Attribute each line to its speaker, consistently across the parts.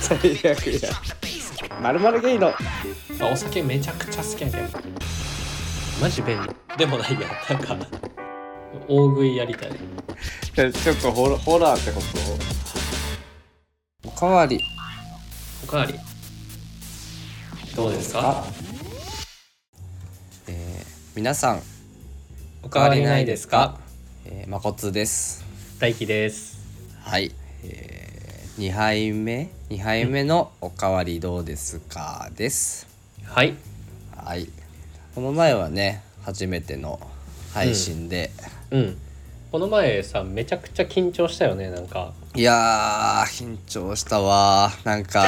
Speaker 1: 最悪やまるまるゲイの
Speaker 2: あお酒めちゃくちゃ好きやけどマジ便利でもないやなんか大食いやりたい
Speaker 1: ちょっとホラホラーってことおかわり
Speaker 2: おかわりどうですか
Speaker 1: あえー、皆さん、
Speaker 2: おかわりないですか
Speaker 1: えー、まこつです
Speaker 2: 大輝です
Speaker 1: はい、えー、2杯目2杯目のおかわりどうですかです
Speaker 2: はい
Speaker 1: はいこの前はね初めての配信で、
Speaker 2: うんこの前さめちゃくちゃ緊張したよねなんか
Speaker 1: いやー緊張したわーな んか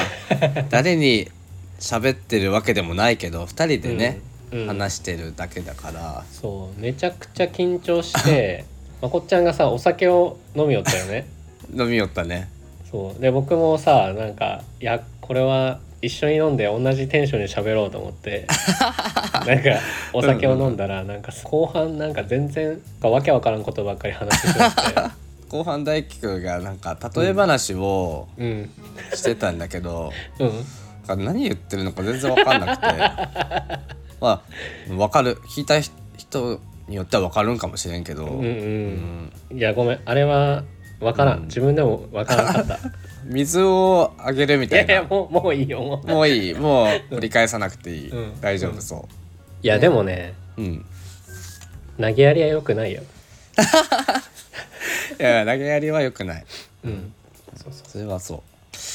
Speaker 1: 誰に喋ってるわけでもないけど2人でね、
Speaker 2: うんうん
Speaker 1: 話してるだけだから
Speaker 2: そうめちゃくちゃ緊張して まこっちゃんがさお酒を飲みよったよね
Speaker 1: 飲みよったね
Speaker 2: そうで僕もさなんかいやこれは一緒に飲んで同じテンションで喋ろうと思って なんかお酒を飲んだらなんか後半なんか全然わけわからんことばっかり話してしま って
Speaker 1: 後半大輝くんがなんか例え話を
Speaker 2: うん
Speaker 1: してたんだけど、
Speaker 2: うん
Speaker 1: なんか何言ってるのか全然分かんなく てまあ分かる聞いた人によっては分かるんかもしれんけど、
Speaker 2: うん
Speaker 1: うん
Speaker 2: うんいやごめんあれはわからん自分でもわからん かったい
Speaker 1: 水をあげるみた
Speaker 2: や
Speaker 1: い
Speaker 2: い
Speaker 1: な
Speaker 2: やもうもういいよもう
Speaker 1: もういいもう繰り返さなくていい、
Speaker 2: うん
Speaker 1: 大丈夫そ
Speaker 2: いやでもね
Speaker 1: ううん
Speaker 2: 投げやりは良くないよ
Speaker 1: いや投げやりは良くない
Speaker 2: うんそうそう
Speaker 1: それはそ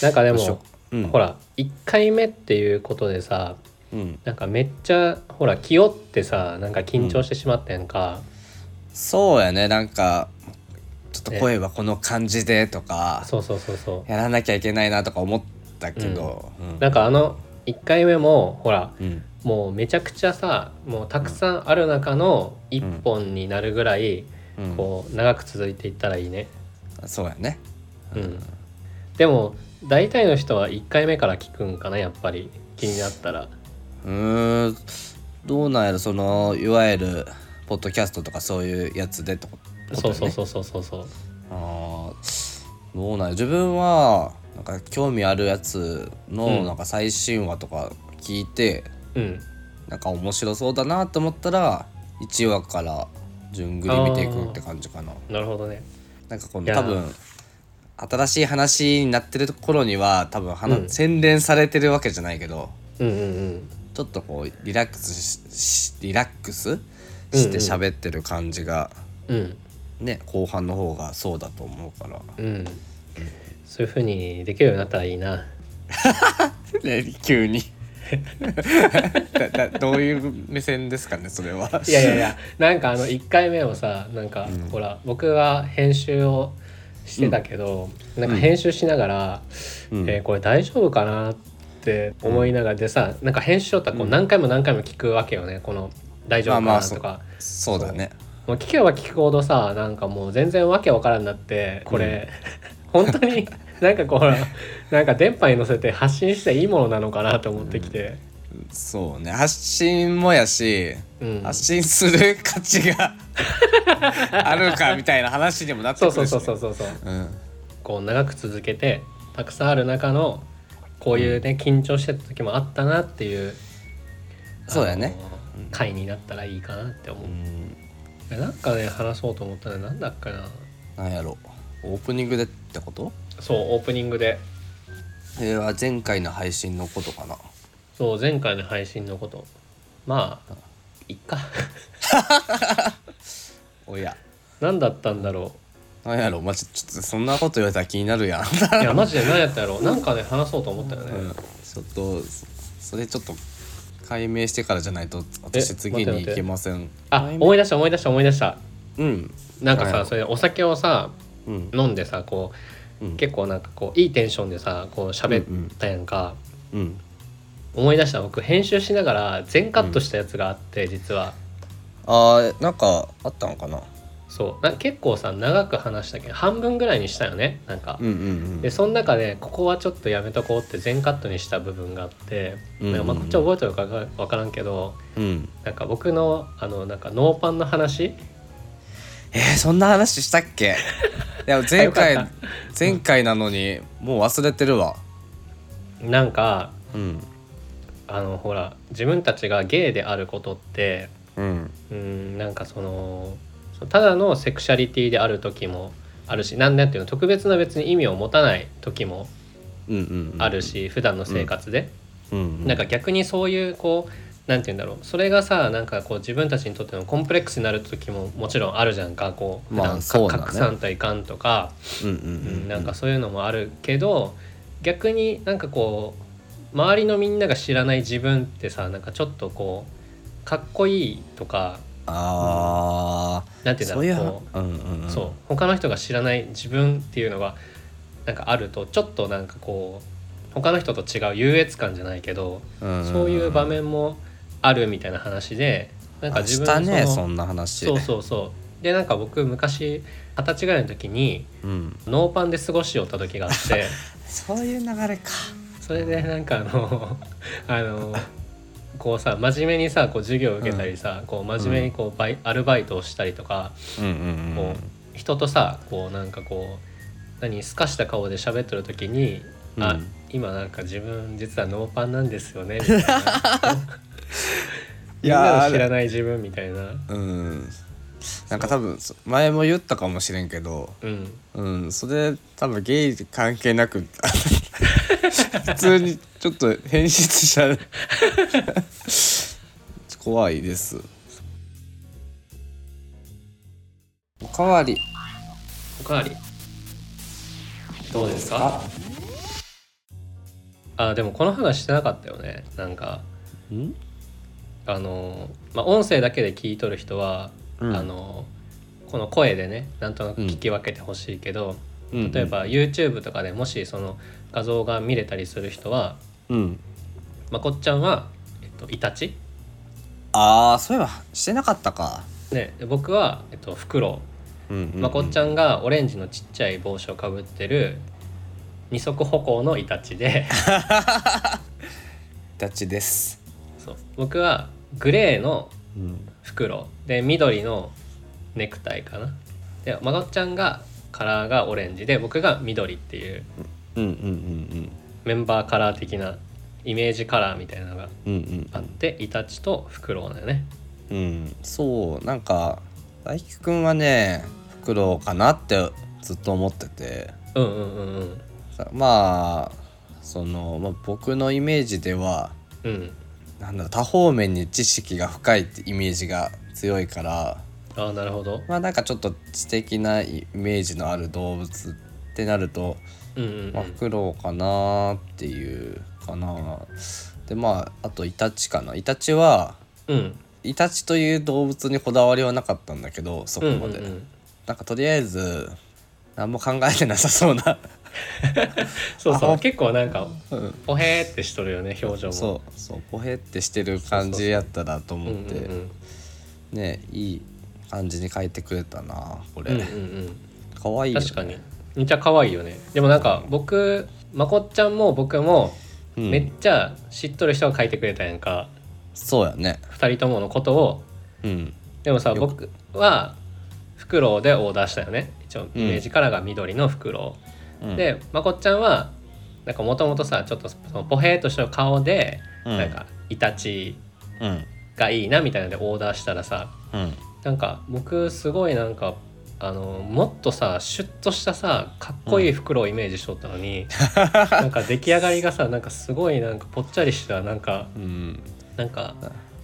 Speaker 2: なんかで
Speaker 1: どうしよ
Speaker 2: も、
Speaker 1: ううん
Speaker 2: ほら1回目っていうことでさ
Speaker 1: ううん
Speaker 2: なんかめっちゃほら気負ってさなんか緊張してしまったやんか、
Speaker 1: そうやねなんかちょっと声はこの感じでとか、
Speaker 2: そうそうそうそ
Speaker 1: やらなきゃいけないなとか思ったけど、うん
Speaker 2: うなんかあの1回目もほら
Speaker 1: うん
Speaker 2: もうめちゃくちゃさもうたくさんある中の1本になるぐらい、
Speaker 1: うん
Speaker 2: こう長く続いていったらいいね
Speaker 1: そうやね
Speaker 2: うん、でも大体の人は1回目から聞くんかなやっぱり気になったら
Speaker 1: うーんどうなんやろそのいわゆるポッドキャストとかそういうやつでってこと
Speaker 2: そうそう
Speaker 1: う
Speaker 2: そうそうそうそう
Speaker 1: あーどうなんや自分はなんか興味あるやつ
Speaker 2: う
Speaker 1: の
Speaker 2: ん
Speaker 1: なんか最新話とか聞いて、
Speaker 2: うん
Speaker 1: なんか面白そうだなと思ったら1話から順繰り見ていくって感じかな
Speaker 2: なるほどね
Speaker 1: なんかこ
Speaker 2: い
Speaker 1: の
Speaker 2: やー
Speaker 1: 多分新しい話になってる頃には多分、はな
Speaker 2: うん
Speaker 1: 洗練されてるわけじゃないけど
Speaker 2: うんうんうん
Speaker 1: ちょっとこうリラックスししリラックスして喋ってる感じが、
Speaker 2: うん
Speaker 1: ね後半の方がそうだと思 うから
Speaker 2: うんそういうふうにできるようになったらいいな
Speaker 1: ね 急にだだどういう目線ですかねそれはい
Speaker 2: やいやい やなんかあの1回目をさなんか、ほら僕は編集をしてたけど、なんか編集しながら、
Speaker 1: うん
Speaker 2: えーこれ大丈夫かなって思いながらでさなんか編集しとったらこう何回も何回も聞くわけよねこの「大丈夫か
Speaker 1: まあま
Speaker 2: な」
Speaker 1: あそ
Speaker 2: とか。
Speaker 1: そうだね
Speaker 2: もう聞けば聞くほどさなんかもう全然わけわからんなってこれ、 本当になんかこうほらなんか電波に乗せて発信していいものなのかなと思ってきて、
Speaker 1: そうね発信もやし、
Speaker 2: うん
Speaker 1: 発信する価値 があるかみたいな話にもなってく
Speaker 2: そう
Speaker 1: るし、
Speaker 2: そ
Speaker 1: ね、
Speaker 2: うそうそうそうそう
Speaker 1: うん
Speaker 2: こう長く続けてたくさんある中のこういうね、緊張してた時もあったなっていう
Speaker 1: そうだよね
Speaker 2: あの回になったらいいかなって思う
Speaker 1: う、ん
Speaker 2: なんかね話そうと思ったらなんだっけな
Speaker 1: なんやろオープニングでってこと
Speaker 2: そうオープニングで
Speaker 1: それは前回の配信のことかな
Speaker 2: そう前回の配信のことまあいっか
Speaker 1: おや
Speaker 2: 何だったんだろ
Speaker 1: なんやろまあちょちょっとそんなこと言われたら気になるやん、
Speaker 2: う いやマジで何やったやろうなんかね話そうと思ったよね、
Speaker 1: うん、ちょっとそそれちょっと解明してからじゃないと
Speaker 2: え
Speaker 1: 私次
Speaker 2: 待っ
Speaker 1: に
Speaker 2: て
Speaker 1: 行けません
Speaker 2: あ思い出した思い出した思い出した
Speaker 1: うん
Speaker 2: なんか
Speaker 1: は
Speaker 2: さ
Speaker 1: い
Speaker 2: それお酒をさ
Speaker 1: うん
Speaker 2: 飲んでさこう、
Speaker 1: うん
Speaker 2: 結構なんかこういいテンションでさこう喋ったやんか、
Speaker 1: うん
Speaker 2: 思い出した僕編集しながら全カットしたやつがあって、実は
Speaker 1: あーなんかあったのかな
Speaker 2: そうな結構さ長く話したけど半分ぐらいにしたよねなんか、
Speaker 1: うんうんう
Speaker 2: でその中でここはちょっとやめとこうって全カットにした部分があって、
Speaker 1: うんうんうん
Speaker 2: まあこっち覚えてるかが分からんけど
Speaker 1: んうん
Speaker 2: なんか僕のあのなんかノーパンの話
Speaker 1: えー、そんな話したっ けいや前
Speaker 2: よかっ
Speaker 1: 回
Speaker 2: た
Speaker 1: 前回なのにもう忘れてるわ
Speaker 2: なんか
Speaker 1: うん
Speaker 2: あのほら自分たちがゲイであることって
Speaker 1: うん
Speaker 2: うんなんかそのそうただのセクシャリティである時もあるしなんだっていうの特別な別に意味を持たない時も
Speaker 1: うんうんうん
Speaker 2: あるし、普段の生活で、
Speaker 1: うんうん
Speaker 2: なんか逆にそういうこうなんて言うんだろうそれがさなんかこう自分たちにとってのコンプレックスになる時ももちろんあるじゃんかこう普
Speaker 1: まあ
Speaker 2: 段か
Speaker 1: そうだね
Speaker 2: 隠さんといかんとか、
Speaker 1: うんう
Speaker 2: うん
Speaker 1: ん
Speaker 2: なんかそういうのもあるけど逆になんかこう周りのみんなが知らない自分ってさなんかちょっとこうかっこいいとか
Speaker 1: あ
Speaker 2: なん
Speaker 1: あ
Speaker 2: て言
Speaker 1: そううんい
Speaker 2: だ
Speaker 1: う
Speaker 2: ろう
Speaker 1: は
Speaker 2: こう
Speaker 1: うんうんうん
Speaker 2: そう他の人が知らない自分っていうのがなんかあるとちょっとなんかこう他の人と違う優越感じゃないけど
Speaker 1: うんうん
Speaker 2: そういう場面もあるみたいな話でなんか自分
Speaker 1: したね
Speaker 2: の
Speaker 1: そんな話
Speaker 2: そうそうそうでなんか僕昔二十歳ぐらいの時に
Speaker 1: うん、
Speaker 2: ノーパンで過ごしよった時があって
Speaker 1: そういう流れか
Speaker 2: それでなんかあのあのこうさ真面目にさこう授業を受けたりさ、こう真面目にこうバイアルバイトをしたりとか、
Speaker 1: うんうんうん
Speaker 2: こう人とさこうなんかこう何すかした顔で喋ってる時に「
Speaker 1: う
Speaker 2: あ
Speaker 1: ん
Speaker 2: 今なんか自分実はノーパンなんですよね」みた いな みん
Speaker 1: や
Speaker 2: な
Speaker 1: ー
Speaker 2: の知らない自分みたいな
Speaker 1: うんなんか多分そ前も言ったかもしれんけど
Speaker 2: うん
Speaker 1: うんそれ多分ゲイ関係なく 普通にちょっと変質した怖いですおかわり
Speaker 2: おかわりどうですかあでもこの話してなかったよねなんか
Speaker 1: ん
Speaker 2: あのまあ音声だけで聞いとる人は、
Speaker 1: うん
Speaker 2: あのこの声でねなんとなく聞き分けてほしいけど、
Speaker 1: うん
Speaker 2: 例えば YouTube とかでもしその画像が見れたりする人は
Speaker 1: うん
Speaker 2: まこっちゃんは、えっと、イタチ、
Speaker 1: ああそういえばしてなかったか
Speaker 2: ね、で僕は、えっと、フクロ
Speaker 1: うんうんう
Speaker 2: ウ
Speaker 1: ん
Speaker 2: まこっちゃんがオレンジのちっちゃい帽子をかぶってる二足歩行のイタチで
Speaker 1: たちです
Speaker 2: そう僕はグレーの
Speaker 1: うん
Speaker 2: フクロウで緑のネクタイかなでまこっちゃんがカラーがオレンジで僕が緑っていう
Speaker 1: うんうんうん
Speaker 2: メンバーカラー的なイメージカラーみたいなのが
Speaker 1: うんうん
Speaker 2: あってイタチとフクロウだよね
Speaker 1: うんうんそうなんか大輝くんはねフクロウかなってずっと思ってて
Speaker 2: うんうんうんうん
Speaker 1: さまあその、まあ、僕のイメージでは
Speaker 2: うん
Speaker 1: なんだろう多方面に知識が深いってイメージが強いから
Speaker 2: ああなるほど
Speaker 1: まあなんかちょっと知的なイメージのある動物ってなると
Speaker 2: うんうん
Speaker 1: まあ、フクロウかなっていうかなでまああとイタチかなイタチは
Speaker 2: うんうん
Speaker 1: イタチという動物にこだわりはなかったんだけどそこまで、
Speaker 2: うんうんうん、
Speaker 1: なんかとりあえず何も考えてなさそうな
Speaker 2: そうそ
Speaker 1: あ
Speaker 2: う結構なんか
Speaker 1: うん
Speaker 2: ポヘーってしとるよね表情も
Speaker 1: そうそうポヘってしてる感じやったらと
Speaker 2: うんう
Speaker 1: 思っ
Speaker 2: んうん
Speaker 1: てねいい感じに書いてくれたな
Speaker 2: う
Speaker 1: こ
Speaker 2: んうんう
Speaker 1: れ
Speaker 2: ん
Speaker 1: 可愛いよね
Speaker 2: 確かにめっちゃ可愛いよねでもなんか僕まこっちゃんも僕も
Speaker 1: うん
Speaker 2: めっちゃ知っとる人が書いてくれたやんか、
Speaker 1: そうやね
Speaker 2: 二人とものことを
Speaker 1: うん
Speaker 2: でもさ
Speaker 1: よ
Speaker 2: 僕はフクロウでオーダーしたよね一応
Speaker 1: うん
Speaker 2: イメージカラーが緑のフクロ
Speaker 1: う
Speaker 2: ウ、
Speaker 1: ん
Speaker 2: でまこっちゃんはなんかもともとさちょっとそのポヘーっとした顔で、
Speaker 1: うん
Speaker 2: なんかイタチ
Speaker 1: うん
Speaker 2: がいいなみたいなのでオーダーしたらさ
Speaker 1: うん
Speaker 2: なんか僕すごいなんかあのもっとさシュッとしたさかっこいい袋をイメージしとったのに、なんか出来上がりがさなんかすごいなんかぽっちゃりしたなんか
Speaker 1: うん
Speaker 2: なんか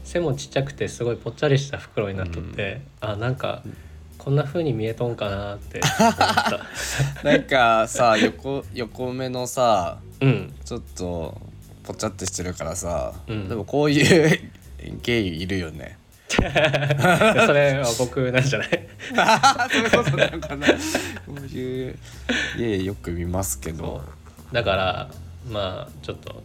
Speaker 2: 背もちっちゃくてすごいぽっちゃりした袋になっとって、あなんかこんな風に見えとんかなって思った。
Speaker 1: なんかさ横 横目のさ
Speaker 2: うん
Speaker 1: ちょっとぽちゃってしてるからさ、
Speaker 2: うん
Speaker 1: でもこういうゲイいるよね。
Speaker 2: それは僕なんじゃない
Speaker 1: そういうことなのかな。こういうゲイよく見ますけど。
Speaker 2: だからまあちょっと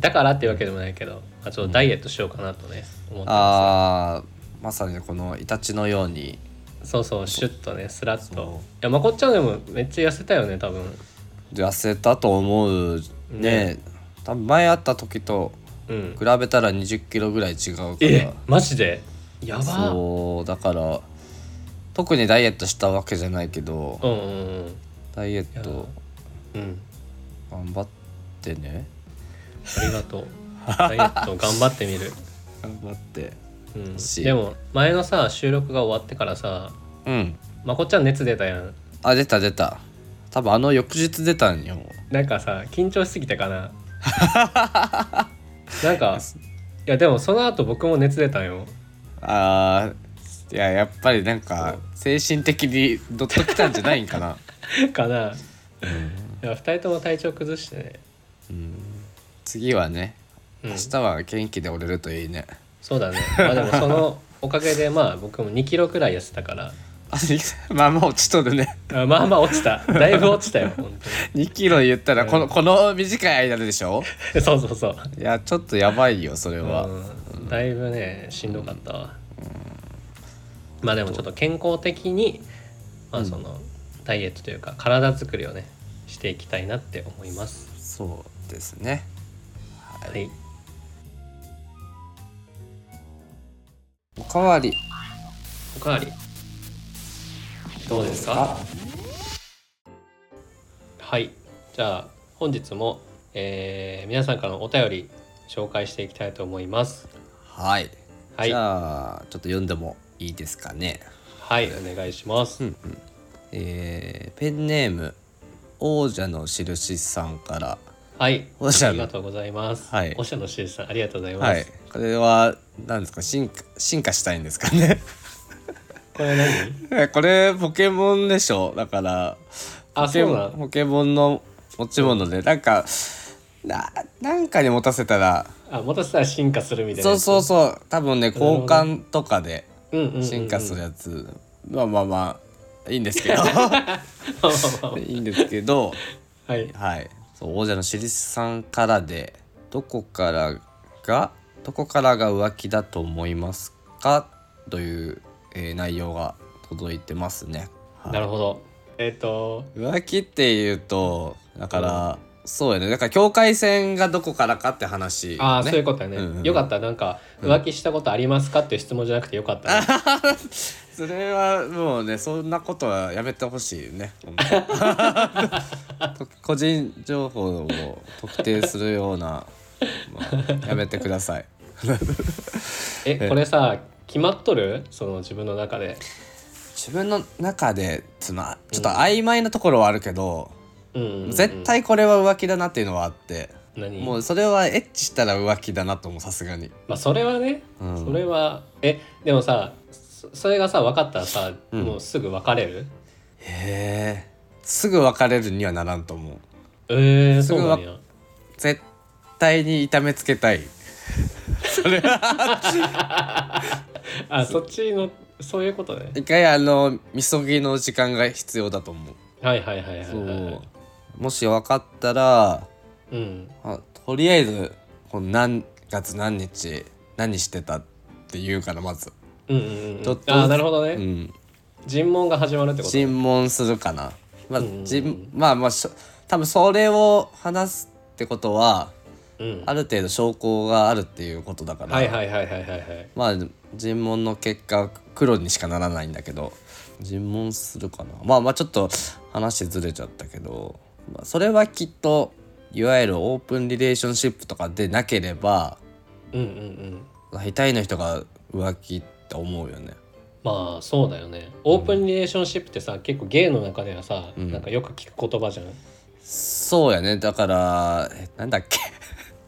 Speaker 2: だからっていうわけでもないけど、まあ、ちょっとダイエットしようかなとね思ってます
Speaker 1: ああまさにこのイタチのように。
Speaker 2: そうそうシュッとねスラッ
Speaker 1: そう
Speaker 2: といやまこっちゃんでもめっちゃ痩せたよね多分
Speaker 1: 痩せたと思うね。多分前会った時と
Speaker 2: うん
Speaker 1: 比べたら20キロぐらい違うか
Speaker 2: え
Speaker 1: ら。
Speaker 2: マジでやば
Speaker 1: そうだから特にダイエットしたわけじゃないけど、
Speaker 2: うんうん
Speaker 1: ダイエット
Speaker 2: うんうん
Speaker 1: 頑張ってね
Speaker 2: ありがとうダイエット頑張ってみる、
Speaker 1: 頑張って
Speaker 2: うん、
Speaker 1: し
Speaker 2: でも前のさ収録が終わってからさ
Speaker 1: うん
Speaker 2: まこっちゃん熱出たやん
Speaker 1: あ出た出た多分あの翌日出たんよ
Speaker 2: なんかさ緊張しすぎたかななんかいやでもその後僕も熱出たんよ
Speaker 1: あーいややっぱりなんか精神的にドッときたんじゃないん かな
Speaker 2: かな、いや2人とも体調崩してね、
Speaker 1: 次はね
Speaker 2: うん
Speaker 1: 明、日は元気でおれるといいね、
Speaker 2: そうだねまあでもそのおかげでまあ僕も2キロくらい痩せたから
Speaker 1: あいまあもうちょっとね
Speaker 2: あまあまあ落ちただいぶ落ちたよ本
Speaker 1: 2キロ言ったらこの,、
Speaker 2: うん
Speaker 1: この短い間でしょ
Speaker 2: 当にそうそうそう、
Speaker 1: いやちょっとやばいよそれは、
Speaker 2: うん、だいぶねしんどかったわ、まあでもちょっと健康的にまあその、ダイエットというか体作りをねしていきたいなって思います
Speaker 1: そうですね
Speaker 2: はい
Speaker 1: おかわり
Speaker 2: おかわりどうですかはいじゃあ本日も、えー皆さんからのお便り紹介していきたいと思います
Speaker 1: はい、
Speaker 2: はい
Speaker 1: じ
Speaker 2: は
Speaker 1: ゃあちょっと読んでもいいですかね
Speaker 2: いお願いします、
Speaker 1: えーペンネーム王者の印さんから
Speaker 2: はい
Speaker 1: おしゃ
Speaker 2: あ
Speaker 1: れ
Speaker 2: りがとうございます、
Speaker 1: はい
Speaker 2: おしゃのしずさんありがとうございます、
Speaker 1: はいこれは何ですか進化進化したいんですかね
Speaker 2: これ何
Speaker 1: これポケモンでしょだから
Speaker 2: あ
Speaker 1: ポケ
Speaker 2: そうなん
Speaker 1: ポケモンの持ち物でなんかななんかに持たせたら
Speaker 2: あまたさ進化するみたいな
Speaker 1: そうそう
Speaker 2: そ
Speaker 1: そう多分ね
Speaker 2: なるほど
Speaker 1: 交換とかで
Speaker 2: う、うんうんうん、
Speaker 1: 進化す る
Speaker 2: ま
Speaker 1: やつ、まあまあまあいいんですけ ど
Speaker 2: あまあま
Speaker 1: いいんですけど
Speaker 2: あはい
Speaker 1: はいそう王者のしりさんからでどこからがどこからが浮気だと思いますかという、えー内容が届いてますね。はい
Speaker 2: なるほどえっ、と
Speaker 1: 浮気っていうとだから、そうやねだから境界線がどこからかって話、ね、
Speaker 2: ああ、そういうことやね、
Speaker 1: うんうん
Speaker 2: よかったなんか浮気したことありますかっていう質問じゃなくてよかったね、
Speaker 1: それはもうねそんなことはやめてほしいね本 当と個人情報を特定するような、まあやめてください
Speaker 2: えこれさ決まっとるその自分の中で
Speaker 1: 自分の中でつまちょっと曖昧なところはあるけど、
Speaker 2: うんうんうん、
Speaker 1: 絶対これは浮気だなっていうのはあって、
Speaker 2: 何
Speaker 1: もうそれはエッチしたら浮気だなと思うさすがに
Speaker 2: まあそれはね、
Speaker 1: うん
Speaker 2: それはえでもさそそれがさ分かったらさ、
Speaker 1: うん
Speaker 2: もうすぐ別れる
Speaker 1: へえすぐ別れるにはならんと思う
Speaker 2: えー、
Speaker 1: す
Speaker 2: そ
Speaker 1: ぐ
Speaker 2: う
Speaker 1: わ
Speaker 2: なんや
Speaker 1: 絶対に痛めつけたいそれは
Speaker 2: あそっちのそういうことね
Speaker 1: 一回あのみそぎの時間が必要だと思う
Speaker 2: はいはいはいはい、はい、
Speaker 1: そうもし分かったら
Speaker 2: うん
Speaker 1: あとりあえずこの何月何日何してたって言うからまず、
Speaker 2: うんうんうん
Speaker 1: ちょっと
Speaker 2: ああなるほどね、
Speaker 1: うん、
Speaker 2: 尋問が始まるってことね、
Speaker 1: 尋問するかな、まあ
Speaker 2: うん
Speaker 1: 尋まあまあしょ多分それを話すってことは
Speaker 2: うん、
Speaker 1: ある程度証拠があるっていうことだから、
Speaker 2: はいはいはいはいはいはい
Speaker 1: まあ尋問の結果黒にしかならないんだけど尋問するかなまあまあちょっと話ずれちゃったけど、まあ、それはきっといわゆるオープンリレーションシップとかでなければ
Speaker 2: うんうんうん
Speaker 1: 大体の人が浮気って思うよね
Speaker 2: まあそうだよねオープンリレーションシップってさ、結構ゲイの中ではさ、
Speaker 1: うん
Speaker 2: なんかよく聞く言葉じゃん
Speaker 1: そうやねだからえなんだっけ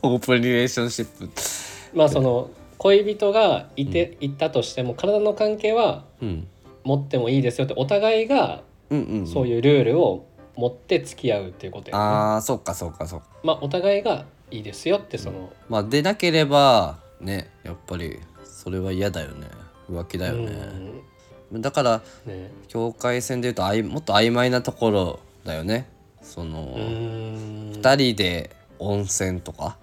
Speaker 1: オープンリレーションシップ
Speaker 2: まあその恋人がいて、いたとしても体の関係は
Speaker 1: うん
Speaker 2: 持ってもいいですよってお互いが
Speaker 1: うんうん
Speaker 2: そう
Speaker 1: う
Speaker 2: いうルールを持って付き合うっていうことや、ね
Speaker 1: ああそうかそうかそうか
Speaker 2: まあお互いがいいですよってその、
Speaker 1: まあでなければねやっぱりそれは嫌だよね浮気だよ
Speaker 2: うん
Speaker 1: ね、だから
Speaker 2: ね
Speaker 1: 境界線でいうとあいもっと曖昧なところだよねその、
Speaker 2: うーん
Speaker 1: 2人で温泉とか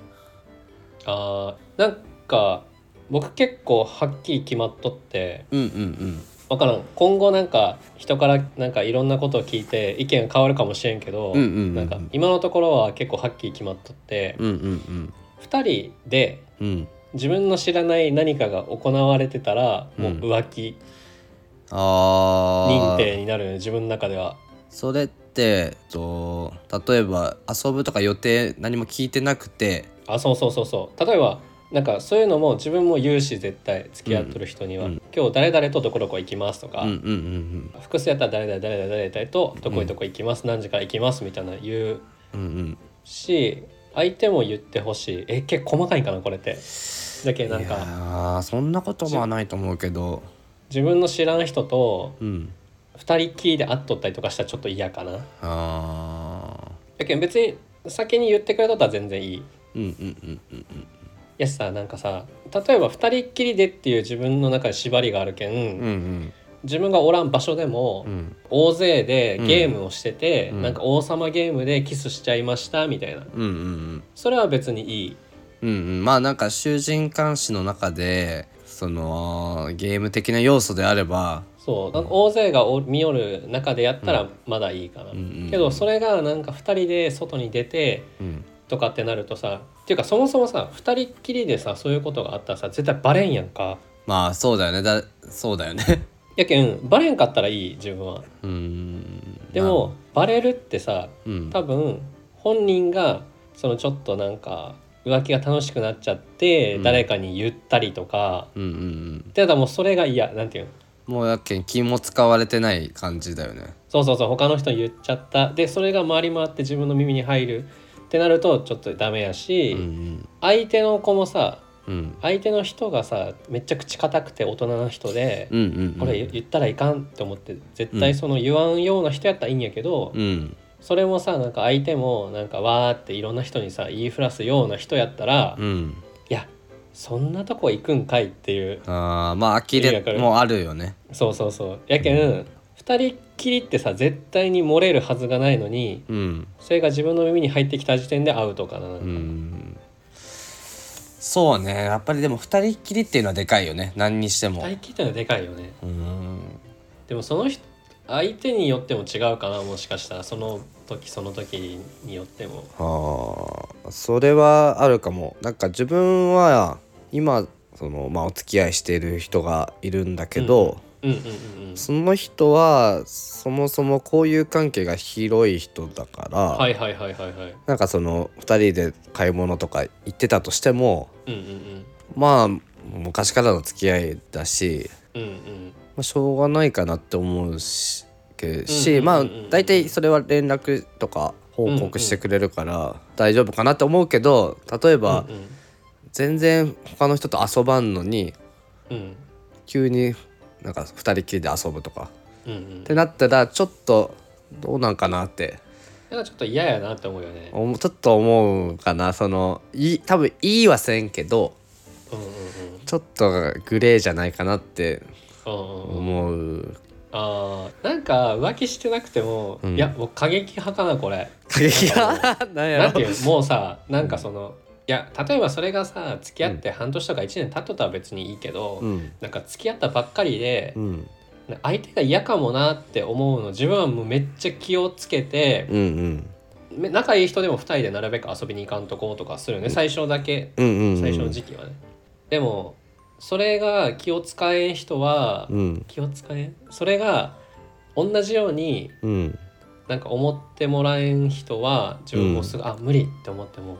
Speaker 2: あーなんか僕結構はっきり決まっとって
Speaker 1: うんうんうん
Speaker 2: 分からん今後なんか人からなんかいろんなことを聞いて意見が変わるかもしれんけど、
Speaker 1: うんうんうんうん
Speaker 2: なんか今のところは結構はっきり決まっとって、
Speaker 1: うんうん
Speaker 2: 2人で
Speaker 1: うんうん
Speaker 2: 自分の知らない何かが行われてたらもう浮気
Speaker 1: あ
Speaker 2: 認
Speaker 1: あ
Speaker 2: 定になるよね自分の中では
Speaker 1: それってえっと例えば遊ぶとか予定何も聞いてなくて
Speaker 2: あそうそうそうそう例えばなんかそういうのも自分も言うし絶対付き合っとる人には、
Speaker 1: うん
Speaker 2: 今日誰々とどこどこ行きますとか、
Speaker 1: うんうんうん
Speaker 2: 複数やったら誰々誰々誰々とどこへどこ行きます、何時から行きますみたいな言う
Speaker 1: うんうんうん
Speaker 2: し相手も言ってほしいえ結構細かいんかなこれってだけなん
Speaker 1: いや
Speaker 2: か
Speaker 1: ーそんなこともはないと思うけど
Speaker 2: 自分の知らん人と
Speaker 1: うん
Speaker 2: 二人っきりで会っとったりとかしたらちょっと嫌かな
Speaker 1: あ
Speaker 2: だけど別に先に言ってくれとったら全然いい
Speaker 1: ーうんうんうんうん
Speaker 2: やしさなんかさ例えば二人っきりでっていう自分の中で縛りがあるけん、
Speaker 1: うん
Speaker 2: 自分がおらん場所でも、
Speaker 1: うんうん
Speaker 2: 大勢でゲームをしてて、
Speaker 1: うん
Speaker 2: なんか王様ゲームでキスしちゃいましたみたいな
Speaker 1: うんうん
Speaker 2: それは別にいい
Speaker 1: うんうんまあなんか囚人監視の中でそのゲーム的な要素であれば
Speaker 2: そうなんか大勢がお見よる中でやったらまだいいかな、
Speaker 1: うんうんうん
Speaker 2: けどそれがなんか2人で外に出て
Speaker 1: うん
Speaker 2: とかってなるとさっていうかそもそもさ2人っきりでさそういうことがあったらさ絶対バレんやんか
Speaker 1: まあそうだよねだそうだよね
Speaker 2: やけんバレんかったらいい自分は
Speaker 1: うん
Speaker 2: でもバレるってさ
Speaker 1: うん
Speaker 2: 多分本人がそのちょっとなんか浮気が楽しくなっちゃって
Speaker 1: うん
Speaker 2: 誰かに言ったりとか、
Speaker 1: うんうんうん
Speaker 2: ただもうそれが嫌なんていうの
Speaker 1: もうやっけん気も使われてない感じだよね
Speaker 2: そうそうそう他の人に言っちゃったでそれが回り回って自分の耳に入るってなるとちょっとダメやし、
Speaker 1: うん
Speaker 2: 相手の子もさ
Speaker 1: うんうん
Speaker 2: 相手の人がさめっちゃ口固くて大人の人で、
Speaker 1: うんうんうん
Speaker 2: これ言ったらいかんって思って絶対その言わんような人やったらいいんやけど、
Speaker 1: うん
Speaker 2: それもさなんか相手もなんかわーっていろんな人にさ言いふらすような人やったら、い
Speaker 1: うん
Speaker 2: やそんなとこ行くんかいっていう
Speaker 1: あーまあ呆
Speaker 2: 意味わか
Speaker 1: れ
Speaker 2: る
Speaker 1: もあるよね
Speaker 2: そうそうそうやけん、二人っきりってさ絶対に漏れるはずがないのに
Speaker 1: うん
Speaker 2: それが自分の耳に入ってきた時点でアウトかな、
Speaker 1: うんそうねやっぱりでも二人っきりっていうのはでかいよね何にしても
Speaker 2: 二人っきりってのはでかいよね
Speaker 1: うん
Speaker 2: でもその人相手によっても違うかなもしかしたらその時その時によっても
Speaker 1: ああそれはあるかもなんか自分は今そのまあお付き合いしている人がいるんだけど、
Speaker 2: うんうんうんうん
Speaker 1: その人はそもそも交友関係が広い人だから、
Speaker 2: はいはいはいはいはい
Speaker 1: なんかその2人で買い物とか行ってたとしても
Speaker 2: うんうん
Speaker 1: まあ昔からの付き合いだし、
Speaker 2: うんうんうん
Speaker 1: まあ、しょうがないかなって思うしけし、
Speaker 2: うんうんうんうん
Speaker 1: まあ大体それは連絡とか報告してくれるから大丈夫かなって思うけど例えば、
Speaker 2: うんうん
Speaker 1: 全然他の人と遊ばんのに
Speaker 2: うん
Speaker 1: 急になんか2人きりで遊ぶとか
Speaker 2: うんうん
Speaker 1: ってなったらちょっとどうなんかなって
Speaker 2: なんかちょっと嫌やなって思うよね
Speaker 1: おもちょっと思うかなそのいい多分いいはせんけど
Speaker 2: うんうん
Speaker 1: ちょっとグレーじゃないかなって
Speaker 2: うん うんうん
Speaker 1: 思う
Speaker 2: あーなんか浮気してなくても、
Speaker 1: うん
Speaker 2: いや僕過激派かなこれ
Speaker 1: 過激派なんや
Speaker 2: なん
Speaker 1: ろ
Speaker 2: ていうもうさなんかその、いや例えばそれがさ付き合って半年とか1年経っとったら別にいいけど、
Speaker 1: うん
Speaker 2: なんか付き合ったばっかりで
Speaker 1: う、ん
Speaker 2: な相手が嫌かもなって思うの自分はもうめっちゃ気をつけて、
Speaker 1: うんうん
Speaker 2: め仲いい人でも2人でなるべく遊びに行かんとこうとかするよね最初だけ
Speaker 1: うんうんうん
Speaker 2: 最初の時期はね、でもそれが気を使えん人は、
Speaker 1: うん
Speaker 2: 気を使えんそれが同じように
Speaker 1: うん
Speaker 2: なんか思ってもらえん人は自分もすぐ、あ無理って思っても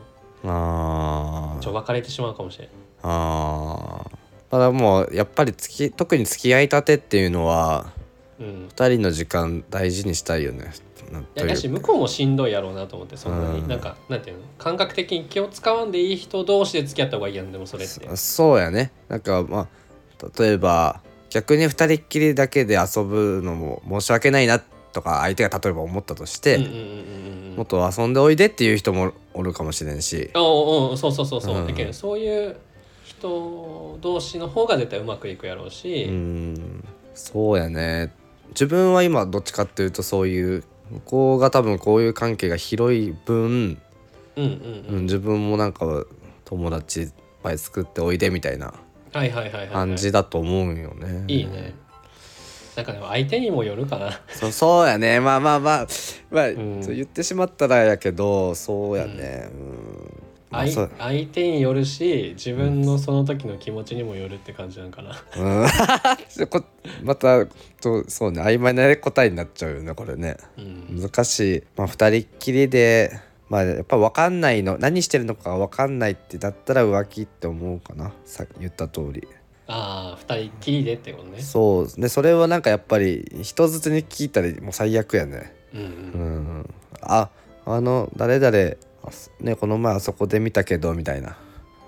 Speaker 1: あー
Speaker 2: ちょ別れてしまうかもしれん
Speaker 1: あーただもうやっぱりつき特に付き合いたてっていうのは
Speaker 2: うん
Speaker 1: 二人の時間大事にしたいよね。なん
Speaker 2: いやだし向こうもしんどいやろうなと思ってそんなに、
Speaker 1: うん
Speaker 2: なんかなんていうの感覚的に気を使わんでいい人同士で付き合った方がいいやんでもそれって
Speaker 1: そそうやね。なんかまあ例えば逆に二人っきりだけで遊ぶのも申し訳ないなとか相手が例えば思ったとして、
Speaker 2: うんうんうんうんうん
Speaker 1: もっと遊んでおいでっていう人もおるかもしれんし。
Speaker 2: あおうおうそうそうそうそう、
Speaker 1: うん
Speaker 2: だけどそういう人同士の方が絶対うまくいくやろうし、
Speaker 1: うーんそうやね。自分は今どっちかっていうとそういう向こうが多分こういう関係が広い
Speaker 2: う
Speaker 1: 分、
Speaker 2: ん、うんうん
Speaker 1: うん、自分もなんか友達いっぱい作っておいでみたいな
Speaker 2: はいはいはいはい、はい、
Speaker 1: 感じだと思うんよね。
Speaker 2: いいねなんかでも相手にもよるかな
Speaker 1: そそうやねまあまあまあまあ、
Speaker 2: ん
Speaker 1: そう言ってしまったらやけどそうやね、うん まあ
Speaker 2: 相
Speaker 1: そう
Speaker 2: 相手によるし自分のその時の気持ちにもよるって感じなんかな
Speaker 1: うんこまたとそうね曖昧な答えになっちゃうよねこれね
Speaker 2: うん
Speaker 1: 難しい、まあ、2人っきりで、まあ、やっぱ分かんないの何してるのか分かんないってだったら浮気って思うかなさ言った通り
Speaker 2: ああ二人っきりでってことね
Speaker 1: そうでそれをなんかやっぱり人づてに聞いたらもう最悪やね
Speaker 2: うんう
Speaker 1: うんんああの誰々あそねこの前あそこで見たけどみたいな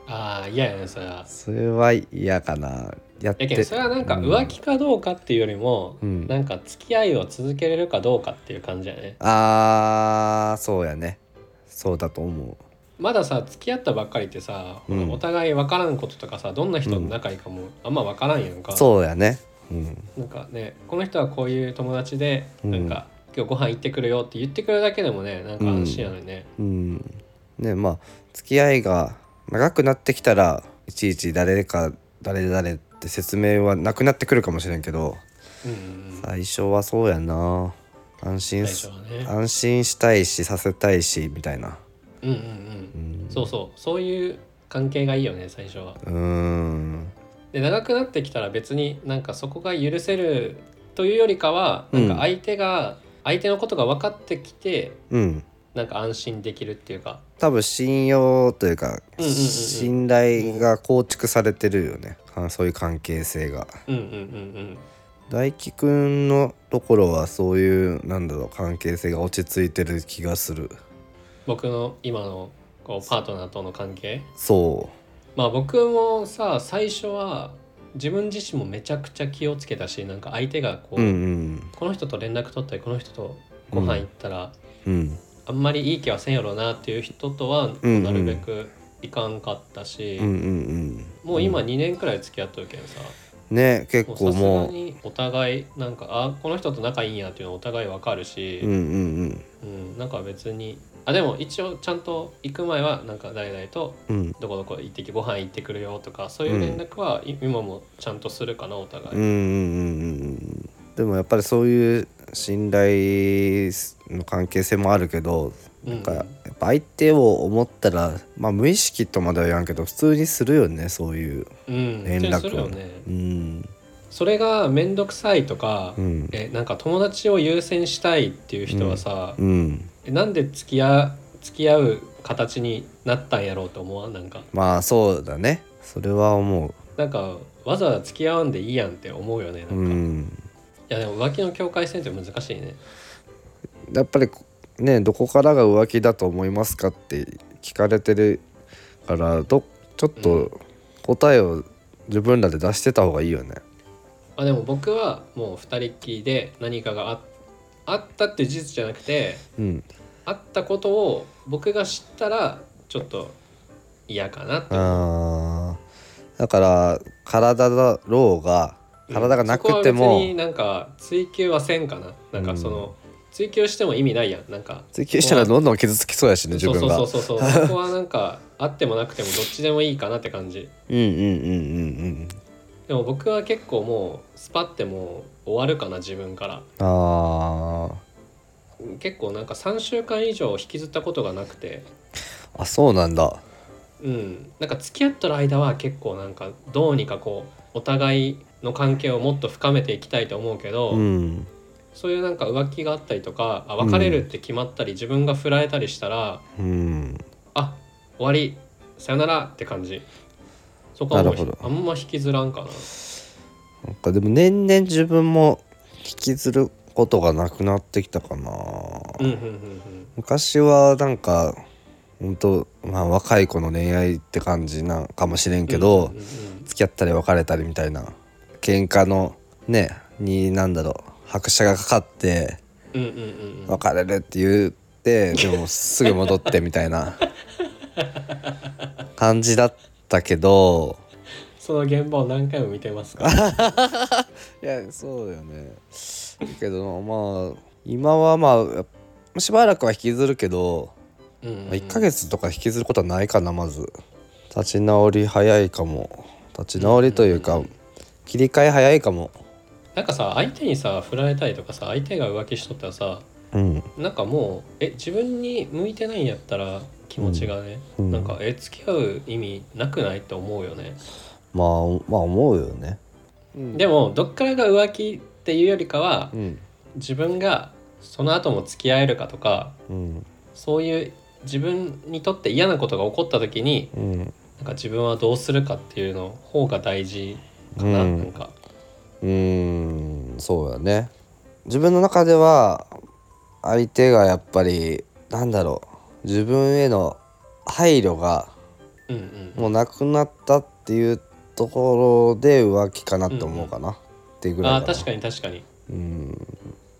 Speaker 2: ああ嫌やねそれは
Speaker 1: それは嫌かなや
Speaker 2: や
Speaker 1: っ
Speaker 2: けど
Speaker 1: て
Speaker 2: それはなんか浮気かどうかっていうよりも、
Speaker 1: うん
Speaker 2: なんか付き合いを続けれるかどうかっていう感じやね
Speaker 1: あーそうやねそうだと思う
Speaker 2: まださ付き合ったばっかりってさ、
Speaker 1: うん
Speaker 2: お互い分からんこととかさどんな人と仲いいかもあんま分からんやんか、
Speaker 1: そうやねうん
Speaker 2: なんかねこの人はこういう友達で
Speaker 1: うん
Speaker 2: なんか、今日ご飯行ってくるよって言ってくるだけでもねなんか安心やのにね、
Speaker 1: うんねまあ付き合いが長くなってきたらいちいち誰か誰々って説明はなくなってくるかもしれんけど
Speaker 2: うんうんうん、
Speaker 1: 最初はそうやな安心
Speaker 2: 最
Speaker 1: す
Speaker 2: 初はね
Speaker 1: 安心したいしさせたいしみたいな
Speaker 2: うんうん
Speaker 1: う
Speaker 2: うん
Speaker 1: ん
Speaker 2: そうそうそういう関係がいいよね最初は
Speaker 1: うーん
Speaker 2: で長くなってきたら別になんかそこが許せるというよりかは
Speaker 1: う
Speaker 2: なんんか相手が、相手のことが分かってきて
Speaker 1: うん
Speaker 2: なんか安心できるっていうか
Speaker 1: 多分信用というか、
Speaker 2: うんうんうん
Speaker 1: 信頼が構築されてるよねかそういう関係性が
Speaker 2: うんうんうん
Speaker 1: 大輝くんのところはそういうなんだろう関係性が落ち着いてる気がする
Speaker 2: 僕の今のこうパートナーとの関係
Speaker 1: そう
Speaker 2: まあ僕もさ最初は自分自身もめちゃくちゃ気をつけたしなんか相手がこう、
Speaker 1: うんうん
Speaker 2: この人と連絡取ったりこの人とご飯行ったら、
Speaker 1: うん
Speaker 2: あんまりいい気はせんやろなっていう人とは
Speaker 1: うんうん
Speaker 2: なるべく行かんかったし、
Speaker 1: うんうんうん
Speaker 2: もう今2年くらい付き合っとるけどさ、
Speaker 1: ね結
Speaker 2: もう
Speaker 1: 構
Speaker 2: さすが
Speaker 1: も
Speaker 2: にお互いなんかあこの人と仲いいんやっていうのお互いわかる
Speaker 1: ううん
Speaker 2: し、
Speaker 1: うん
Speaker 2: うんなんか別にあでも一応ちゃんと行く前はなんか誰々と
Speaker 1: うんうん
Speaker 2: どこどこ行ってきご飯行ってくるよとかそういう連絡は今もちゃんとするかなお互い。
Speaker 1: うんうんうんうんうんでもやっぱりそういう信頼の関係性もあるけど
Speaker 2: うん
Speaker 1: なんかやっぱ相手を思ったらまあ無意識とまでは言わんけど普通にするよねそういう
Speaker 2: うん
Speaker 1: 連絡
Speaker 2: するよね
Speaker 1: うん
Speaker 2: それが面倒くさいとか、
Speaker 1: うん
Speaker 2: えなんか友達を優先したいっていう人はさ、
Speaker 1: うん
Speaker 2: えなんで付き合付き合う形になったんやろうと思わんなんか
Speaker 1: まあそうだねそれは思
Speaker 2: なんかわざわざ付き合わんでいいやんって思うよねなん
Speaker 1: う
Speaker 2: か、い
Speaker 1: うん
Speaker 2: やでも浮気の境界線って難しいね
Speaker 1: やっぱりこねどこからが浮気だと思いますかって聞かれてるからどちょっと答えを自分らで出してた方がいいよね。
Speaker 2: あでも僕はもう二人っきりで何かがああったって事実じゃなくて
Speaker 1: うん、
Speaker 2: あったことを僕が知ったらちょっと嫌かなって
Speaker 1: あーだから体だろうが体がなくて
Speaker 2: そこは
Speaker 1: も、
Speaker 2: 別になんか追求はせんかななんかその、追求しても意味ないやんなんか
Speaker 1: 追求したらどんどん傷つきそうやしね自
Speaker 2: そう
Speaker 1: 分
Speaker 2: そう
Speaker 1: が。
Speaker 2: そう
Speaker 1: う
Speaker 2: そうそうそこはなんかあってもなくてもどっちでもいいかなって感じ
Speaker 1: んうんうんうんうん。
Speaker 2: でも僕は結構もうスパってもう終わるかな自分から
Speaker 1: あ
Speaker 2: 結構なんか3週間以上引きずったことがなくて
Speaker 1: ーあそうなんだ。
Speaker 2: うんなんか付き合ってる間は結構なんかどうにかこうお互いの関係をもっと深めていきたいと思うけど、
Speaker 1: うん
Speaker 2: そういうなんか浮気があったりとかあ別れるって決まったり、自分が振られたりしたら
Speaker 1: うん
Speaker 2: あ終わりさよならって感じそこはもう
Speaker 1: なるほど
Speaker 2: あんま引きずらんかな
Speaker 1: なんかでも年々自分も引きずることがなくなってきたか
Speaker 2: う
Speaker 1: な。
Speaker 2: んうんうんうん
Speaker 1: 昔はなんか本当まあ若い子の恋愛って感じなんかもしれんけど、
Speaker 2: うんうんうん
Speaker 1: 付き合ったり別れたりみたいな喧嘩のねになんだろう拍車がかかって
Speaker 2: うんうんうんうん
Speaker 1: 別れるって言って、でもすぐ戻ってみたいな感じだったけど
Speaker 2: その現場を何回も見てますか
Speaker 1: いやそうだよねだけどまあ今はまあしばらくは引きずるけど
Speaker 2: うんうん
Speaker 1: まあ、1ヶ月とか引きずることはないかなまず立ち直り早いかも立ち直りというか切り替え早いかも
Speaker 2: なんかさ相手にさ振られたりとかさ相手が浮気しとったらさ
Speaker 1: うん
Speaker 2: なんかもうえ自分に向いてないんやったら気持ちがね、
Speaker 1: うんうん
Speaker 2: なんかえ付き合う意味なくないって思うよね、
Speaker 1: まあまあ思うよね、
Speaker 2: でもどっからが浮気っていうよりかは
Speaker 1: うん
Speaker 2: 自分がその後も付き合えるかとか
Speaker 1: うん
Speaker 2: そういう自分にとって嫌なことが起こった時に
Speaker 1: うん
Speaker 2: なんか自分はどうするかっていうの方が大事かな,、
Speaker 1: うん
Speaker 2: なんか
Speaker 1: うーんそうやね自分の中では相手がやっぱりなんだろう自分への配慮が
Speaker 2: うんうん
Speaker 1: もうなくなったっていうところで浮気かなって思うかな、っていうぐら
Speaker 2: あ
Speaker 1: い
Speaker 2: ー
Speaker 1: かな
Speaker 2: 確かに確かに
Speaker 1: うん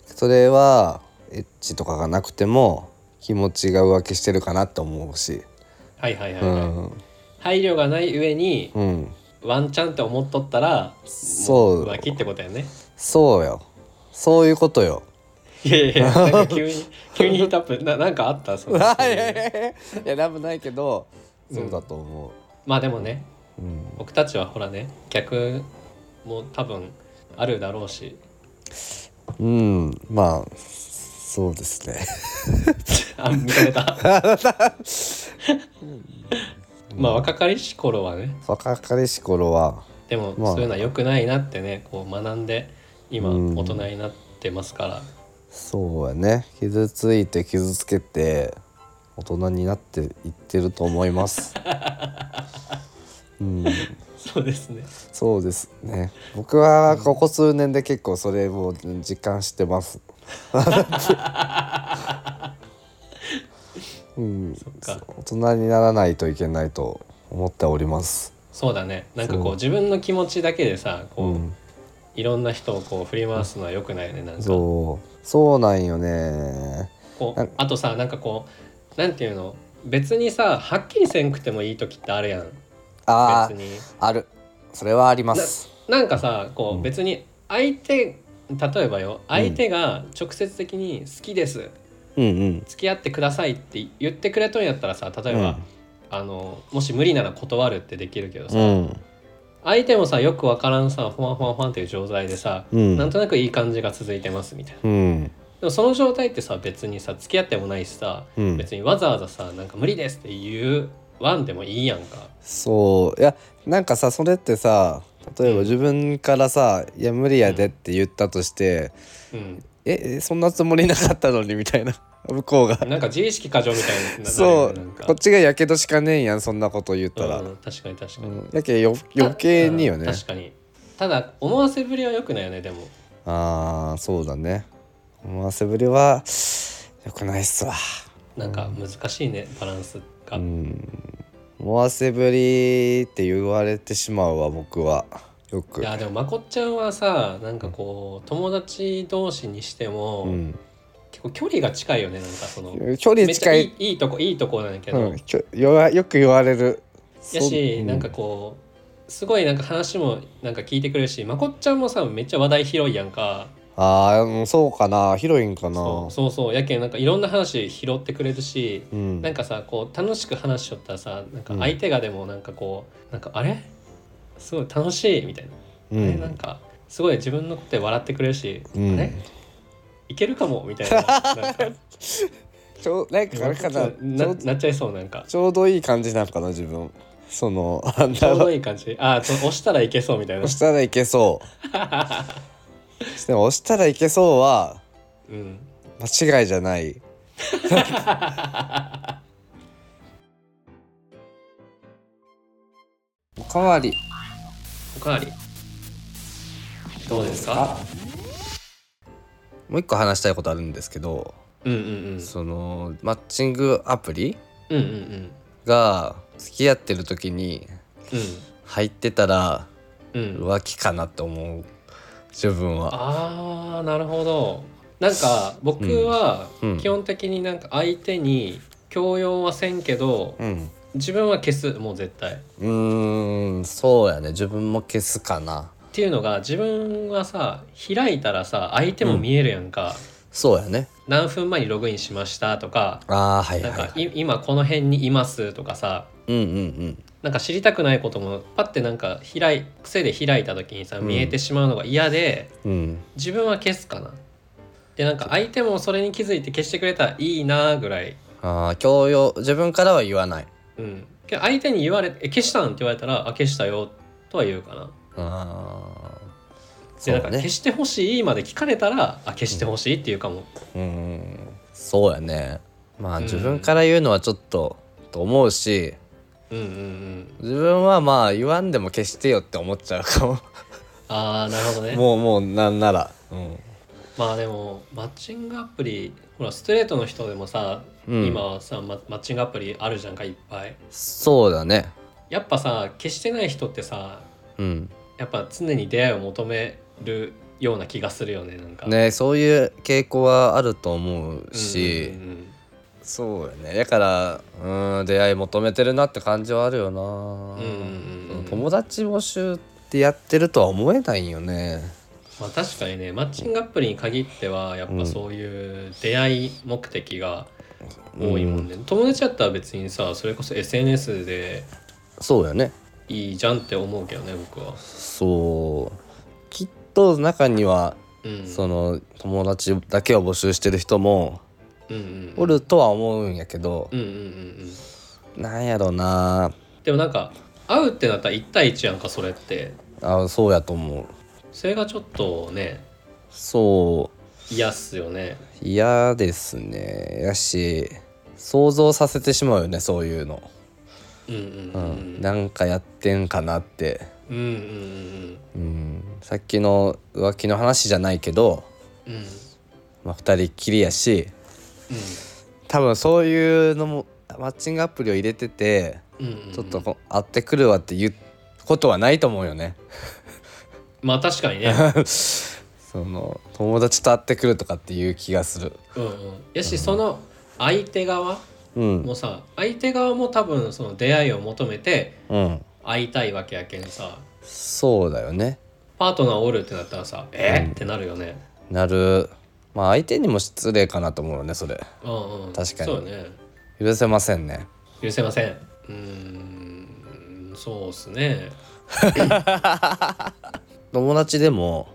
Speaker 1: それはエッチとかがなくても気持ちが浮気してるかなって思うし、
Speaker 2: はいはいはいうはい、
Speaker 1: ん
Speaker 2: 配慮がない上に
Speaker 1: うん、
Speaker 2: ワンチャンって思っとったら
Speaker 1: そう
Speaker 2: も浮気ってことやね
Speaker 1: そうよそういうことよ。
Speaker 2: いやいやなんか 急に急にヒートアップななんかあったその
Speaker 1: いやいやいやいやなんもないけどそうだと思
Speaker 2: まあでもね
Speaker 1: う。うん
Speaker 2: 僕たちはほらね逆も多分あるだろうし
Speaker 1: うん、まあそうですね。
Speaker 2: あ認めた まあ若かりし頃はね
Speaker 1: 若かりし頃は
Speaker 2: でも
Speaker 1: まあ
Speaker 2: そういうのは良くないなってねこう学んで今
Speaker 1: うん
Speaker 2: 大人になってますから、
Speaker 1: そうやね傷ついて傷つけて大人になっていってると思います。うん、
Speaker 2: そうですね
Speaker 1: そうですね。僕はここ数年で結構それを実感してます。 うん、
Speaker 2: そっか
Speaker 1: 大人にならないといけないと思っております。
Speaker 2: そうだねなんか
Speaker 1: そ
Speaker 2: こ
Speaker 1: う
Speaker 2: う自分の気持ちだけでさ
Speaker 1: う
Speaker 2: こう、
Speaker 1: ん、
Speaker 2: いろんな人をこう振り回すのは良くないねなんか
Speaker 1: そう、そうなんよね。
Speaker 2: こ
Speaker 1: なん
Speaker 2: うあとさなんかこうなんていうの別にさはっきりせんくてもいい時ってあるやん
Speaker 1: あ
Speaker 2: 別に
Speaker 1: あ、ある。それはあります。
Speaker 2: なんかさこ
Speaker 1: うん
Speaker 2: う別に相手例えばよ相手が直接的に「好きです
Speaker 1: うんうん。
Speaker 2: 付き合ってください」って言ってくれとんやったらさ例えば、
Speaker 1: うん
Speaker 2: あのもし無理なら断るってできるけどさ、
Speaker 1: うん。
Speaker 2: 相手もさよくわからんさほわほわほわっていう状態でさ、
Speaker 1: うん
Speaker 2: なんとなくいい感じが続いてますみたいな
Speaker 1: うん。
Speaker 2: でもその状態ってさ別にさ付き合ってもないしさ、
Speaker 1: うん
Speaker 2: 別にわざわざさなんか無理ですって言うわんでもいいやんか
Speaker 1: そういやなんかさそれってさ例えば自分からさ「いや無理やで」って言ったとして
Speaker 2: うん
Speaker 1: 「ええそんなつもりなかったのに」みたいな 向こうが
Speaker 2: なんか自意識過剰みたいになるよね
Speaker 1: そう
Speaker 2: なんか
Speaker 1: こっちがやけどしかねえんやんそんなこと言ったら、
Speaker 2: うん、確かに確か
Speaker 1: う
Speaker 2: に、
Speaker 1: んやけよ余計によね
Speaker 2: うん確かにただ思わせぶりは良くないよねでも
Speaker 1: ああそうだね思わせぶりはよくないっすわ
Speaker 2: なんか難しいねバランスが、
Speaker 1: うん思わせぶりって言われてしまうわ僕はよく
Speaker 2: いやでもまこっちゃんはさなんかこう友達同士にしても、
Speaker 1: うん、
Speaker 2: 結構距離が近いよねなんかその
Speaker 1: 距離
Speaker 2: めっちゃ
Speaker 1: 近い
Speaker 2: いいいいとこいいとこなんやけど、
Speaker 1: うん、きょよわよく言われる
Speaker 2: やし、なんかこうすごいなんか話もなんか聞いてくれるしまこっちゃんもさめっちゃ話題広いやんか
Speaker 1: うんああうんそうかなヒロインかな
Speaker 2: そうそうそうやけんなんかいろんな話拾ってくれるし、
Speaker 1: うん
Speaker 2: なんかさこう楽しく話しちゃったらさなんか相手がでもなんかこう、なんかあれすごい楽しいみたいな、
Speaker 1: う
Speaker 2: あれなん
Speaker 1: ん、
Speaker 2: かすごい自分のことで笑ってくれるし、
Speaker 1: うん
Speaker 2: あれいけるかもみたい ななんか
Speaker 1: ちょなんかあれかなち
Speaker 2: な
Speaker 1: ょう
Speaker 2: なっちゃいそうなんか
Speaker 1: ちょうどいい感じなんかな自分その あん
Speaker 2: ちょう
Speaker 1: な
Speaker 2: どいい感じああ押したらいけそうみたいな
Speaker 1: 押、したらいけそうでも押したらいけそうは
Speaker 2: うん、
Speaker 1: 間違いじ ゃないおかわり
Speaker 2: おかわりどうですか
Speaker 1: もう一個話したいことあるんですけど
Speaker 2: うんうんうん
Speaker 1: そのマッチングアプリ
Speaker 2: うんうんうん
Speaker 1: が付き合ってる時に入ってたら
Speaker 2: うんうん
Speaker 1: 浮気かなって思う自分は
Speaker 2: ああなるほどなんか僕は
Speaker 1: うんうん
Speaker 2: 基本的になんか相手に強要はせんけど、
Speaker 1: うん
Speaker 2: 自分は消すもう絶対っ
Speaker 1: うーんそうやね自分も消すかな
Speaker 2: ていうのが自分はさ開いたらさ相手も見えるやんか、
Speaker 1: そうやね
Speaker 2: 何分前にログインしましたとか
Speaker 1: あーはいは
Speaker 2: ないん
Speaker 1: はい
Speaker 2: かい今この辺にいますとかさ
Speaker 1: うんうん
Speaker 2: なんか知りたくないこともパッてなんか開い癖で開いた時にさ
Speaker 1: うん
Speaker 2: 見えてしまうのが嫌で、
Speaker 1: うんうん
Speaker 2: 自分は消すかなやなんか相手もそれに気づいて消してくれたらいいなぐらい
Speaker 1: ああ強要自分からは言わない
Speaker 2: うんけど相手に言われ「え消したん?」って言われたら「あ消したよ」とは言うかな
Speaker 1: ああ
Speaker 2: で
Speaker 1: そ
Speaker 2: なん
Speaker 1: う
Speaker 2: か
Speaker 1: だ
Speaker 2: 消
Speaker 1: ね
Speaker 2: してほしいまで聞かれたら「あ消してほしい」っていうかも、
Speaker 1: うんそうやねまあ
Speaker 2: うん
Speaker 1: 自分から言うのはちょっとと思うし
Speaker 2: うん、うんうん
Speaker 1: 自分はまあ言わんでも消してよって思っちゃうかも
Speaker 2: ああなるほどね
Speaker 1: もうもうなんならうん
Speaker 2: まあでもマッチングアプリほらストレートの人でもさ、
Speaker 1: うん
Speaker 2: 今はさママッチングアプリあるじゃんかいっぱい
Speaker 1: そうだね
Speaker 2: やっぱさ消してない人ってさ
Speaker 1: うん
Speaker 2: やっぱ常に出会いを求めるような気がするよねなんか
Speaker 1: ねそういう傾向はあると思う
Speaker 2: うん
Speaker 1: し、
Speaker 2: うんうん
Speaker 1: そうよねだからうん出会い求めてるなって感じはあるよな、
Speaker 2: うんうんうんうん
Speaker 1: 友達募集ってやってるとは思えないよね
Speaker 2: まあ確かにねマッチングアプリに限ってはやっ
Speaker 1: う
Speaker 2: ぱ
Speaker 1: ん
Speaker 2: そういう出会い目的が多いもんね、友達だったら別にさそれこそ SNS で
Speaker 1: そうよね
Speaker 2: いいじゃんって思うけどね僕は、
Speaker 1: そうきっと中には、
Speaker 2: うん、
Speaker 1: その友達だけを募集してる人も
Speaker 2: うんうん
Speaker 1: おるとは思うんやけど
Speaker 2: う、んうんうんうん
Speaker 1: なんやろうな
Speaker 2: でもなんか会うってなったら1対1やんかそれって
Speaker 1: あそうやと思う
Speaker 2: それがちょっとね
Speaker 1: そう
Speaker 2: 嫌っすよね
Speaker 1: 嫌ですねやし想像させてしまうよねそういうの、
Speaker 2: うんうんう
Speaker 1: うん
Speaker 2: ん
Speaker 1: なんかやってんかなって、
Speaker 2: うんうんうん
Speaker 1: うん、さっきの浮気の話じゃないけど、
Speaker 2: うんうん
Speaker 1: まあ、2人きりやし多分そういうのもマッチングアプリを入れてて
Speaker 2: うんうんうん
Speaker 1: ちょっとこ会ってくるわって言うことはないと思うよね。
Speaker 2: まあ確かにね
Speaker 1: その友達と会ってくるとかっていう気がする。
Speaker 2: うんうんやしその相手側
Speaker 1: うん、
Speaker 2: もさ相手側も多分その出会いを求めて
Speaker 1: うん、
Speaker 2: 会いたいわけやけんさ
Speaker 1: そうだよね。
Speaker 2: パートナーおるってなったらさえってなるよね
Speaker 1: なるまあ相手にも失礼かなと思うよねそれ
Speaker 2: うんうん
Speaker 1: 確かに
Speaker 2: そうね
Speaker 1: 許せませんね
Speaker 2: 許せませんうーんそうっすね
Speaker 1: 友達でも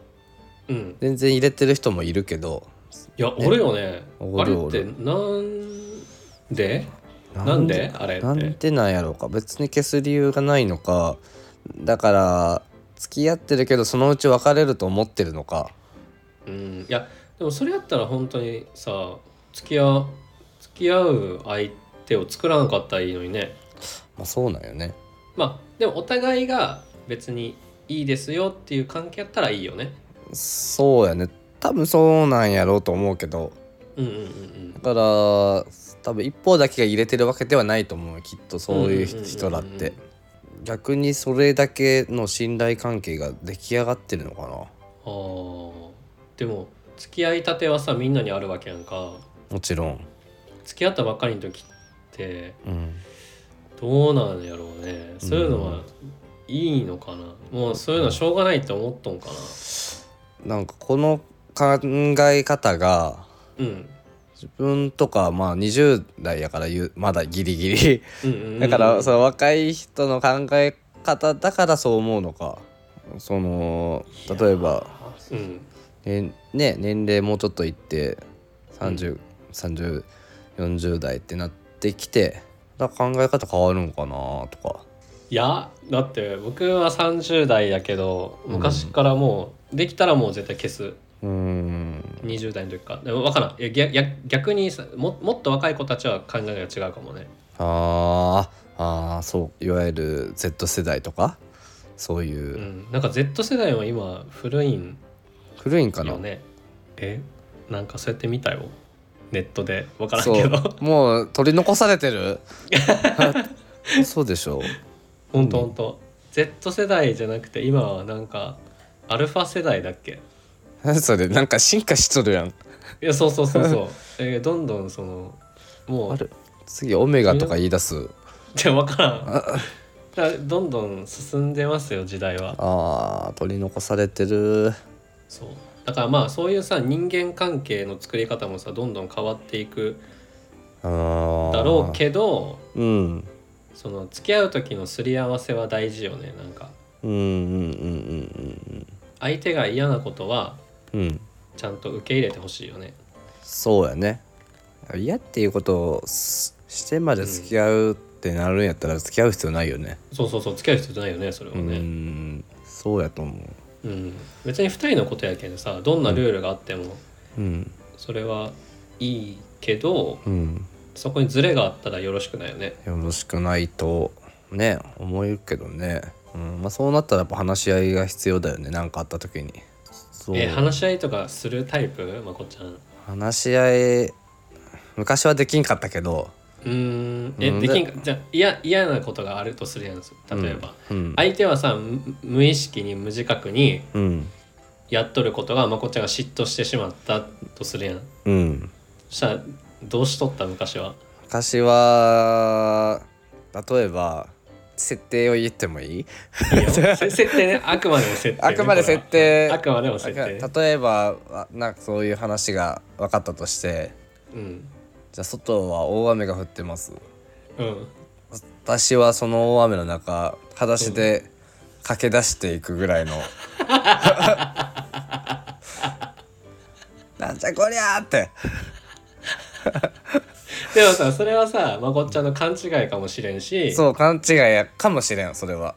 Speaker 2: うん
Speaker 1: 全然入れてる人もいるけど
Speaker 2: いや、おるよね。
Speaker 1: お
Speaker 2: あれ
Speaker 1: る
Speaker 2: ってなんでなんであれって。
Speaker 1: なんでなんやろうか別に消す理由がないのかだから付き合ってるけどそのうち別れると思ってるのか
Speaker 2: うん、いやでもそれやったら本当にさ付き合う付き合う相手を作らなかったらいいのにね。
Speaker 1: まあそうなんよね
Speaker 2: まあでもお互いが別にいいですよっていう関係やったらいいよね。
Speaker 1: そうやね多分そうなんやろうと思うけど
Speaker 2: うんうんうん
Speaker 1: だから多分一方だけが入れてるわけではないと思うきっとそうい
Speaker 2: うんう
Speaker 1: う
Speaker 2: んうんうん
Speaker 1: 人だって逆にそれだけの信頼関係が出来上がってるのかな
Speaker 2: うん。ああでも付き合いたてはさみんなにあるわけやんか。
Speaker 1: もちろん、
Speaker 2: 付き合ったばっかりの時って
Speaker 1: うん、
Speaker 2: どうなんやろうねそういうのはいいのかな、もうそういうのはしょうがないって思っとんかな
Speaker 1: なんかこの考え方が
Speaker 2: うん
Speaker 1: 自分とかまあ20代やから言うまだギリギリ
Speaker 2: うんうんうん
Speaker 1: だからその若い人の考え方だからそう思うのかその例えば
Speaker 2: うん
Speaker 1: ねね年齢もうちょっといって303040代ってなってきてだから考え方変わるのかなとか
Speaker 2: いやだって僕は30代やけど昔からもう、できたらもう絶対消す
Speaker 1: うーん
Speaker 2: 20代の時からでも分からんいや逆逆逆にさももっと若い子たちは考えが違うかもね
Speaker 1: あーあーそういわゆる Z 世代とかそういうう、
Speaker 2: んなんか Z 世代は今古いん
Speaker 1: 古いんかな
Speaker 2: よねえなんかそうやって見たよネットで分からん
Speaker 1: そ
Speaker 2: け
Speaker 1: う
Speaker 2: ど
Speaker 1: もう取り残され てるそうでしょ
Speaker 2: 本当本当 Z 世代じゃなくて今はなんかアルファ世代だっけ
Speaker 1: それなんか進化しとるやん
Speaker 2: いやそうそうそう そう、えーどんどんそのも
Speaker 1: あ
Speaker 2: う
Speaker 1: る次オメガとか言い出す
Speaker 2: じゃ分からんだからどんどん進んでますよ時代は
Speaker 1: あー取り残されてる
Speaker 2: そうだからまあそういうさ人間関係の作り方もさどんどん変わっていく
Speaker 1: だろ
Speaker 2: だろうけど
Speaker 1: うん
Speaker 2: その付き合う時のすり合わせは大事よねなんか
Speaker 1: うんうんうんうん
Speaker 2: 相手が嫌なことは
Speaker 1: うんうん
Speaker 2: ちゃんと受け入れてほしいよね
Speaker 1: そうやね嫌っていうことをすしてまで付き合うってなるんやったら付き合う必要ないよね
Speaker 2: そうそうそう付き合う必要ないよねそれは
Speaker 1: う
Speaker 2: ね、
Speaker 1: んそうやと思う
Speaker 2: うん別に2人のことやけんさどんなルールがあっても
Speaker 1: うん
Speaker 2: それはいいけど、
Speaker 1: うん
Speaker 2: そこにズレがあったらよろしくないよね
Speaker 1: よろしくないとね思うけどね、うんまあ、そうなったらやっぱ話し合いが必要だよね何かあった時にそう、
Speaker 2: え話し合いとかするタイプまこちゃんう
Speaker 1: 話し合い昔はできんかったけど
Speaker 2: ーんえ
Speaker 1: うん
Speaker 2: できんかじゃあ嫌嫌なことがあるとするやん例えば、
Speaker 1: うん
Speaker 2: 相手はさむ無意識に無自覚に
Speaker 1: うん
Speaker 2: やっとることがまこちゃんが嫉妬してしまったとするやん
Speaker 1: うん
Speaker 2: そしたらどうしとった昔 は
Speaker 1: 昔は例えば設定を言ってもいい
Speaker 2: いいよせ設定ねあくまでも設定ね、
Speaker 1: あくまで
Speaker 2: これは
Speaker 1: 設定
Speaker 2: あくまでも設定
Speaker 1: あ例えばあなんかそういう話が分かったとして
Speaker 2: うん
Speaker 1: じゃあ外は大雨が降ってます
Speaker 2: うん
Speaker 1: 私はその大雨の中裸足で駆け出していくぐ らいのなんじゃこりゃーって
Speaker 2: でもさそれはさまこっちゃんの勘違いかもしれんし
Speaker 1: そう勘違いやかもしれんそれは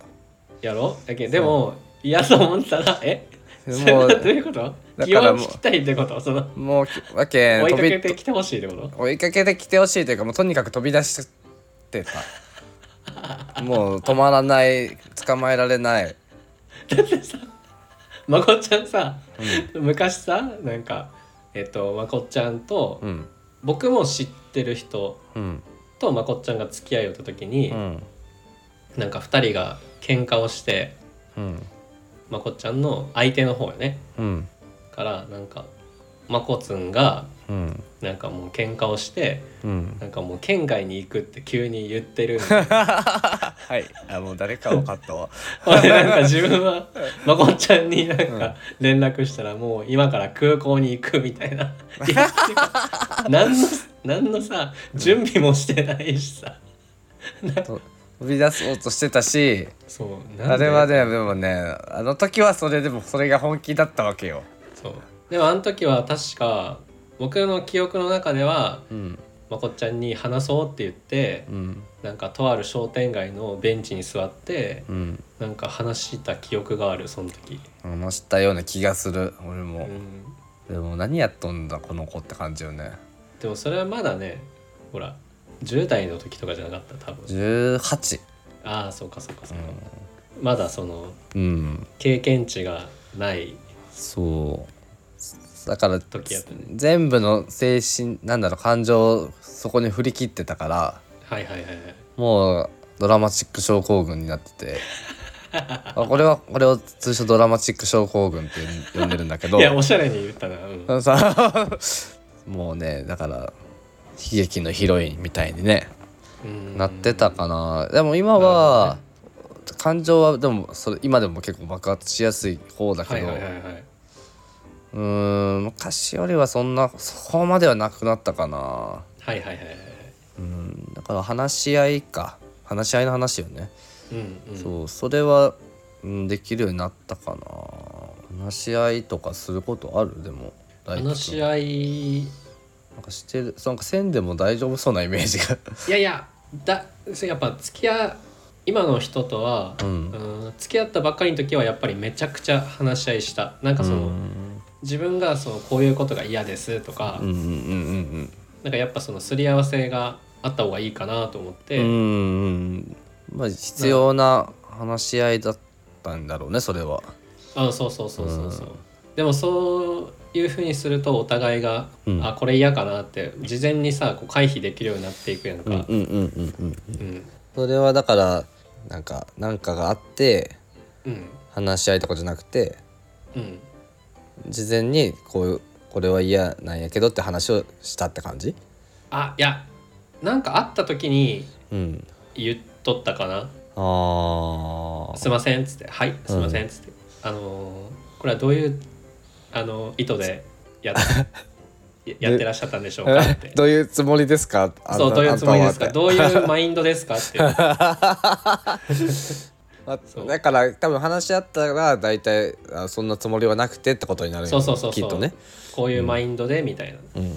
Speaker 2: やろだけどでも嫌と思ったらえ
Speaker 1: もう
Speaker 2: それ はど ういうこと
Speaker 1: だ
Speaker 2: 気
Speaker 1: から
Speaker 2: を
Speaker 1: もう
Speaker 2: 引きたいってことその
Speaker 1: もうきわけ
Speaker 2: 追いかけ
Speaker 1: 飛
Speaker 2: て
Speaker 1: び
Speaker 2: きてほしいってこと
Speaker 1: 追いかけてきてほしいというかもうとにかく飛び出してたもう止まらない捕まえられない
Speaker 2: まこっちゃんさ、昔さなんかえっとまこっちゃんと、
Speaker 1: うん
Speaker 2: 僕も知ってる人
Speaker 1: うん
Speaker 2: とまこっちゃんが付き合いをった時に、
Speaker 1: うん
Speaker 2: なんか2人が喧嘩をして
Speaker 1: うん
Speaker 2: まこっちゃんの相手の方よね
Speaker 1: うん
Speaker 2: からなんかまこつんが
Speaker 1: うん
Speaker 2: なんかもう喧嘩をして
Speaker 1: うん
Speaker 2: なんかもう県外に行くって急に言ってる
Speaker 1: はいあもう誰か分かったわ
Speaker 2: 俺なんか自分はまこっちゃんになんか連絡したらもう今から空港に行くみたいな 言って何の何のさ準備もしてないしさ
Speaker 1: と飛び出そうとしてたし
Speaker 2: そうなん
Speaker 1: あ
Speaker 2: で
Speaker 1: れはねでもねあの時はそれでもそれが本気だったわけよ
Speaker 2: そうでもあの時は確か僕の記憶の中では
Speaker 1: うん
Speaker 2: まこっちゃんに話そうって言って
Speaker 1: うん
Speaker 2: なんかとある商店街のベンチに座って
Speaker 1: うん
Speaker 2: なんか話した記憶があるその時、
Speaker 1: 話したような気がする俺
Speaker 2: う
Speaker 1: も、
Speaker 2: ん、
Speaker 1: でも何やっとんだこの子って感じよね
Speaker 2: でもそれはまだねほら10代の時とかじゃなかった多分
Speaker 1: 18
Speaker 2: ああそうかそうかそうか、まだその
Speaker 1: うん
Speaker 2: 経験値がない
Speaker 1: そうだから
Speaker 2: 時やったね
Speaker 1: 全部の精神なんだろう感情をそこに振り切ってたから
Speaker 2: はいはいはいはい
Speaker 1: もうドラマチック症候群になっててあこれはこれを通称ドラマチック症候群って呼んでるんだけど
Speaker 2: いやおしゃれに言ったな、うん
Speaker 1: あのさもうねだから悲劇のヒロインみたいにね
Speaker 2: うん
Speaker 1: なってたかなでも今は、感情はでもそれ今でも結構爆発しやすい方だ
Speaker 2: は
Speaker 1: け
Speaker 2: い
Speaker 1: ど、
Speaker 2: はいはいはいう
Speaker 1: ーん昔よりはそんなそこまではなくなったかな
Speaker 2: はいはいはいはい
Speaker 1: うんだから話し合いか話し合いの話よね、
Speaker 2: うんうん
Speaker 1: そうそれは、うん、できるようになったかな話し合いとかすることあるでも大
Speaker 2: 話し合いい
Speaker 1: なんかしてるなんかせんでも大丈夫そうなイメージが
Speaker 2: やいやだそれやっぱ付き合う今の人とは、
Speaker 1: う
Speaker 2: うんん、付き合ったばっかりの時はやっぱりめちゃくちゃ話し合いしたなんかその、
Speaker 1: うん
Speaker 2: 自分がそのこういうことが嫌ですとか、
Speaker 1: うんうんうん
Speaker 2: なんかやっぱそのすり合わせがあった方がいいかなと思っ
Speaker 1: うんうんう
Speaker 2: て、
Speaker 1: んまあ必要な話し合いだったんだろうねそれは
Speaker 2: あそうそうそうそうそう、でもそういうふうにするとお互いが、
Speaker 1: うん
Speaker 2: あこれ嫌かなって事前にさこう回避できるようになっていくやんか、
Speaker 1: うんうんうんうん
Speaker 2: うん
Speaker 1: それはだからなんかなんかがあって
Speaker 2: うん
Speaker 1: 話し合いとかじゃなくて
Speaker 2: うん
Speaker 1: 事前にこういうこれは嫌なんやけどって話をしたって感じ
Speaker 2: あいやなんか会った時に
Speaker 1: うん
Speaker 2: 言っとったかな
Speaker 1: あ
Speaker 2: 「
Speaker 1: あ
Speaker 2: すいません」っつって「はいすいません」っつって、あのーこれはどういう、あのー意図で やっやってらっしゃったんでしょうかって。
Speaker 1: どういうつもりですか あんた
Speaker 2: そうどういうつもりですか
Speaker 1: あんたは
Speaker 2: どういうマインドですかって
Speaker 1: ああ
Speaker 2: そう
Speaker 1: だから多分話し合ったら大体あそんなつもりはなくてってことになるよ
Speaker 2: そうそうそうそう
Speaker 1: きっとね
Speaker 2: こういうマインドでみたいな、
Speaker 1: うんうん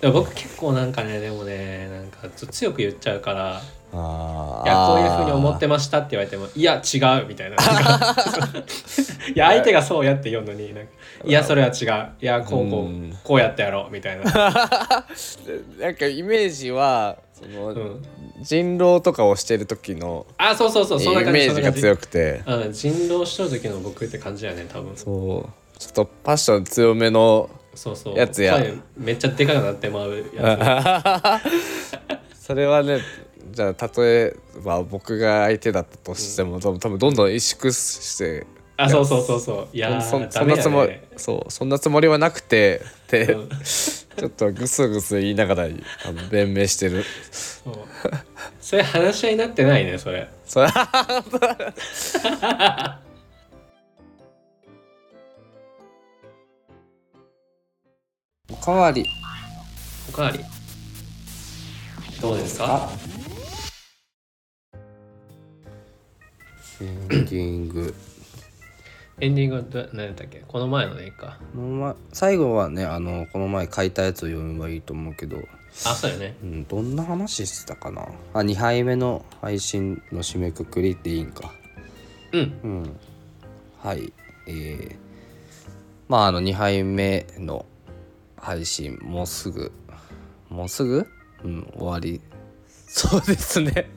Speaker 2: でも僕結構なんかねでもねなんかちょっと強く言っちゃうから
Speaker 1: あ
Speaker 2: い
Speaker 1: ー
Speaker 2: やこういうふうに思ってましたって言われてもいや違うみたい ないや相手がそうやって言うのになんかいやそれは違ういやこうこう、
Speaker 1: うん
Speaker 2: こうやってやろうみたいな、
Speaker 1: なんかイメージはその、
Speaker 2: うん、
Speaker 1: 人狼とかをしてる時の
Speaker 2: あそう そうそう
Speaker 1: イ
Speaker 2: そんな感じ
Speaker 1: メージが
Speaker 2: そんな
Speaker 1: 強くて
Speaker 2: 感じうん人狼しとる時の僕って感じだよね多分
Speaker 1: そうちょっとパッション強 めの
Speaker 2: そうそう
Speaker 1: やつや
Speaker 2: 声めっちゃでかくなってまうやつ
Speaker 1: それはねじゃあ例えば僕が相手だったとしても、多分多分どんどん萎縮して
Speaker 2: あそうそうそうそういやー
Speaker 1: そんそ
Speaker 2: ダ
Speaker 1: ん
Speaker 2: メ
Speaker 1: な
Speaker 2: だ
Speaker 1: つもり、
Speaker 2: ね
Speaker 1: そうそんなつもりはなくてって、
Speaker 2: うん
Speaker 1: ちょっとぐすぐす言いながらあの弁明してる
Speaker 2: そうそれ話し合いになってないねそれ
Speaker 1: そ れおかわり
Speaker 2: おかわりどうですか
Speaker 1: エンディング
Speaker 2: エンディングはど何やったっけこの前のでいいか
Speaker 1: この前最後はねあのこの前書いたやつを読めばいいと思うけど、
Speaker 2: あそうよね
Speaker 1: うん、どんな話してたかなあ2杯目の配信の締めくくりっていいんか
Speaker 2: うん
Speaker 1: うんはいえー、まああの2杯目の配信もうすぐもうすぐうん終わりそうです ね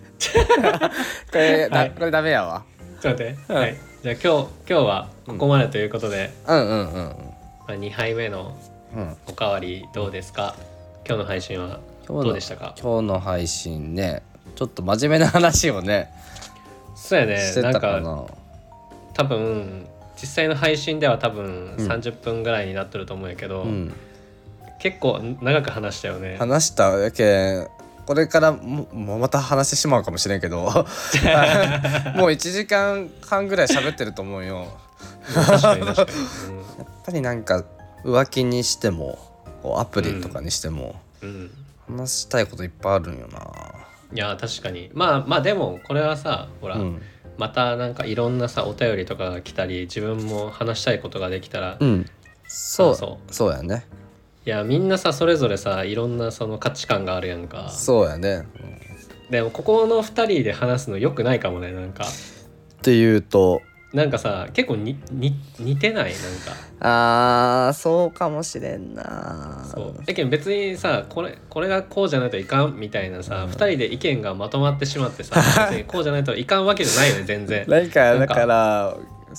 Speaker 1: これ、だ
Speaker 2: はい
Speaker 1: これダメやわ
Speaker 2: ちょっと待って、はい、じゃあ今日今日はここまでということで、
Speaker 1: うんうんうん
Speaker 2: まあ、2杯目の
Speaker 1: うんうん
Speaker 2: おかわりどうですか今日の配信は
Speaker 1: 今日の
Speaker 2: どうでしたか
Speaker 1: 今日の配信ねちょっと真面目な話をね
Speaker 2: そうやね
Speaker 1: して
Speaker 2: なん
Speaker 1: たかな
Speaker 2: か多分実際の配信では多分30分ぐらいになってると思うんやけど、
Speaker 1: うん、
Speaker 2: 結構長く話したよね
Speaker 1: 話したやけんこれからももうまた話してしまうかもしれんけど もう1時間半ぐらい喋ってると思うよ
Speaker 2: 確かに確か
Speaker 1: やっぱりなんか浮気にしてもこうアプリとかにしても、
Speaker 2: に、うんうん
Speaker 1: 話したいこといっぱいあるんよない
Speaker 2: や確かにまあまあでもこれはさほら、
Speaker 1: うん
Speaker 2: またなんかいろんなさお便りとかが来たり自分も話したいことができたら、
Speaker 1: う
Speaker 2: い
Speaker 1: んそう
Speaker 2: そ
Speaker 1: そうそうやね
Speaker 2: やみんなさそれぞれさいろんなその価値観があるやんか
Speaker 1: そうやね、うんっ
Speaker 2: でもここの2人で話すのよくないかもねなんか
Speaker 1: ていうと
Speaker 2: なんかさ結構にに似てないなんか
Speaker 1: あーそうかもしれんな
Speaker 2: そうだけど別にさこれこれがこうじゃないといかんみたいなさ、二2人で意見がまとまってしまってさ別にこうじゃないといかんわけじゃないよね全 然
Speaker 1: なんか
Speaker 2: なん
Speaker 1: だ
Speaker 2: か
Speaker 1: から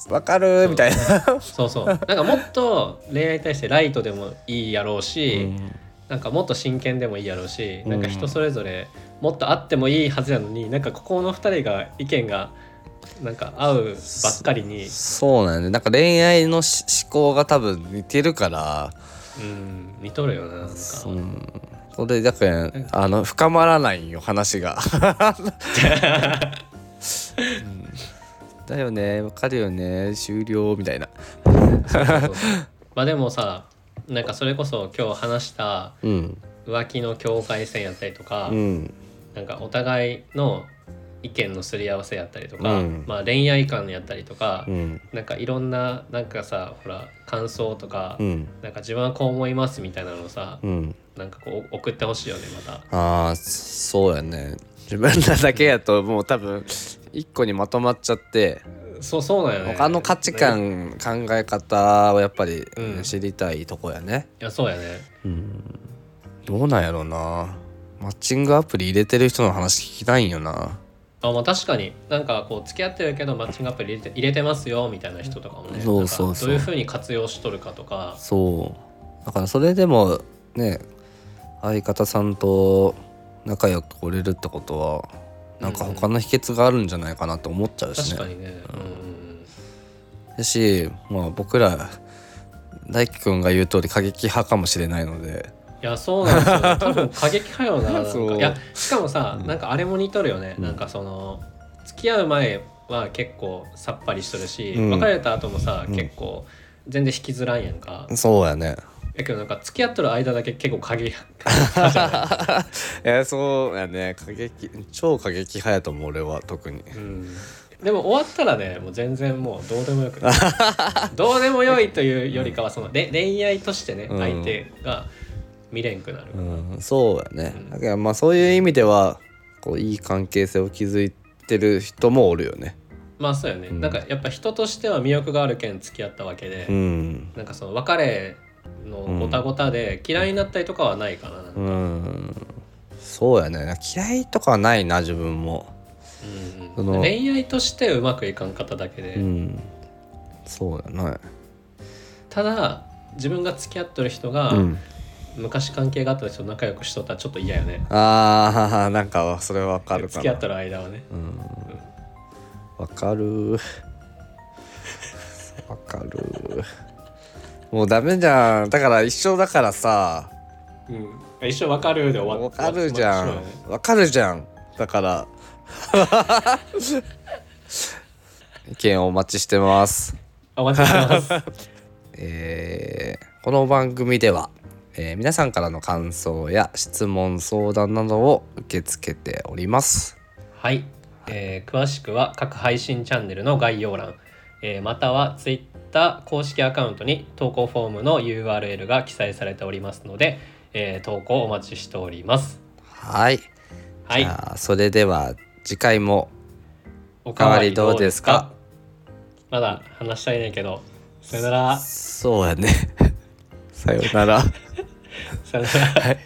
Speaker 1: わかるみたいな、
Speaker 2: そうそうなんかもっと恋愛に対してライトでもいいやろうし、なんかもっと真剣でもいいやろうし、
Speaker 1: うん
Speaker 2: なんか人それぞれもっとあってもいいはずやのになんかここの2人が意見がなんか合うばっかりに
Speaker 1: そうなんねなんか恋愛のし思考が多分似てるから、
Speaker 2: うん似とるよななんか
Speaker 1: うん、それだからあの深まらないよ話が、うんだよねわかるよね終了みたいな
Speaker 2: そう まあでもさなんかそれこそ今日話した
Speaker 1: うん
Speaker 2: 浮気の境界線やったりとか、
Speaker 1: うん
Speaker 2: なんかお互いの意見のすり合わせやったりとか、
Speaker 1: うん
Speaker 2: まあ、恋愛観やったりとか、
Speaker 1: うん
Speaker 2: なんかいろんななんかさほら感想とか、
Speaker 1: うん
Speaker 2: なんか自分はこう思いますみたいなのをさ、
Speaker 1: うん
Speaker 2: なんかこう送ってほしいよねまた。
Speaker 1: ああそうやね自分らだけやともう多分一個にまとまっちゃって
Speaker 2: そうそうなんよね。
Speaker 1: 他の価値
Speaker 2: い
Speaker 1: 観考え方をやっぱり
Speaker 2: うん
Speaker 1: 知りたいとこやね、
Speaker 2: やそうやね。
Speaker 1: どうなんやろうなマッチングアプリ入れてる人の話聞きたいんよな
Speaker 2: あまあ確かになんかこう付き合ってるけどマッチングアプリ入れて入れてますよみたいな人とかもね。
Speaker 1: そうそうそう
Speaker 2: なんかどういう風に活用しとるかとか。
Speaker 1: そうだからそれでもね相方さんと仲良くおれるってことはなんか他の秘訣があるんじゃないかなと思っちゃうし
Speaker 2: 確か
Speaker 1: ね、
Speaker 2: にね。うんうんうん。
Speaker 1: だし、まあ、僕ら大輝くんが言う通り過激派かもしれないので
Speaker 2: いやそうなんですよ、 ね、多分過激派よななん
Speaker 1: そう
Speaker 2: かいやしかもさなんかあれも似とるよね、なんかその付き合う前は結構さっぱりしとるし、
Speaker 1: うん
Speaker 2: 別れた後もさ、結構全然引きずらんやんか、
Speaker 1: そうやね
Speaker 2: やけどなんか付き合っとる間だけ結構過激過激派じゃない
Speaker 1: えそうやね過激超過激派やと思う俺は特に
Speaker 2: うんでも終わったらねもう全然もうどうでもよく なるどうでもよいというよりかはその、れ恋愛としてね、
Speaker 1: うん
Speaker 2: 相手が見れんくなる、
Speaker 1: うん、そうやね
Speaker 2: うん
Speaker 1: だからまあそういう意味ではこういい関係性を築いてる人もおるよね
Speaker 2: まあそうよね、
Speaker 1: うん
Speaker 2: なんかやっぱ人としては魅力があるけん付き合ったわけで、
Speaker 1: うん
Speaker 2: なんかその別れのごたごたで嫌いになったりとかはないかな、うん
Speaker 1: うんそうやね嫌いとかはないな自分も
Speaker 2: うん
Speaker 1: その
Speaker 2: 恋愛としてうまくいかんかっただけで、
Speaker 1: うんそうやな
Speaker 2: ただ自分が付き合ってる人が、
Speaker 1: うん
Speaker 2: 昔関係があった人と仲良くしとったらちょっと嫌よね
Speaker 1: あーなんかそれわかるか
Speaker 2: 付き合っ
Speaker 1: な
Speaker 2: てる間はね
Speaker 1: うんわかるわかるもうダメじゃんだから一緒だからさ
Speaker 2: うん、一緒わかるで終わ
Speaker 1: わ
Speaker 2: っ
Speaker 1: かるじゃ
Speaker 2: 終わってしまう
Speaker 1: ん
Speaker 2: よね
Speaker 1: わかるじゃんだから意見をお待ちしてます
Speaker 2: お待ちして ます
Speaker 1: えーこの番組では、えー皆さんからの感想や質問相談などを受け付けております
Speaker 2: はい、えー詳しくは各配信チャンネルの概要欄、えーまたは Twitter 公式アカウントに投稿フォームの URL が記載されておりますので、えー投稿お待ちしております
Speaker 1: はい、
Speaker 2: はい
Speaker 1: じゃあそれでは次回も
Speaker 2: お
Speaker 1: かわりどうですか
Speaker 2: まだ話したいねんけどさ よなら
Speaker 1: そうやねさようなら
Speaker 2: さよなら
Speaker 1: はい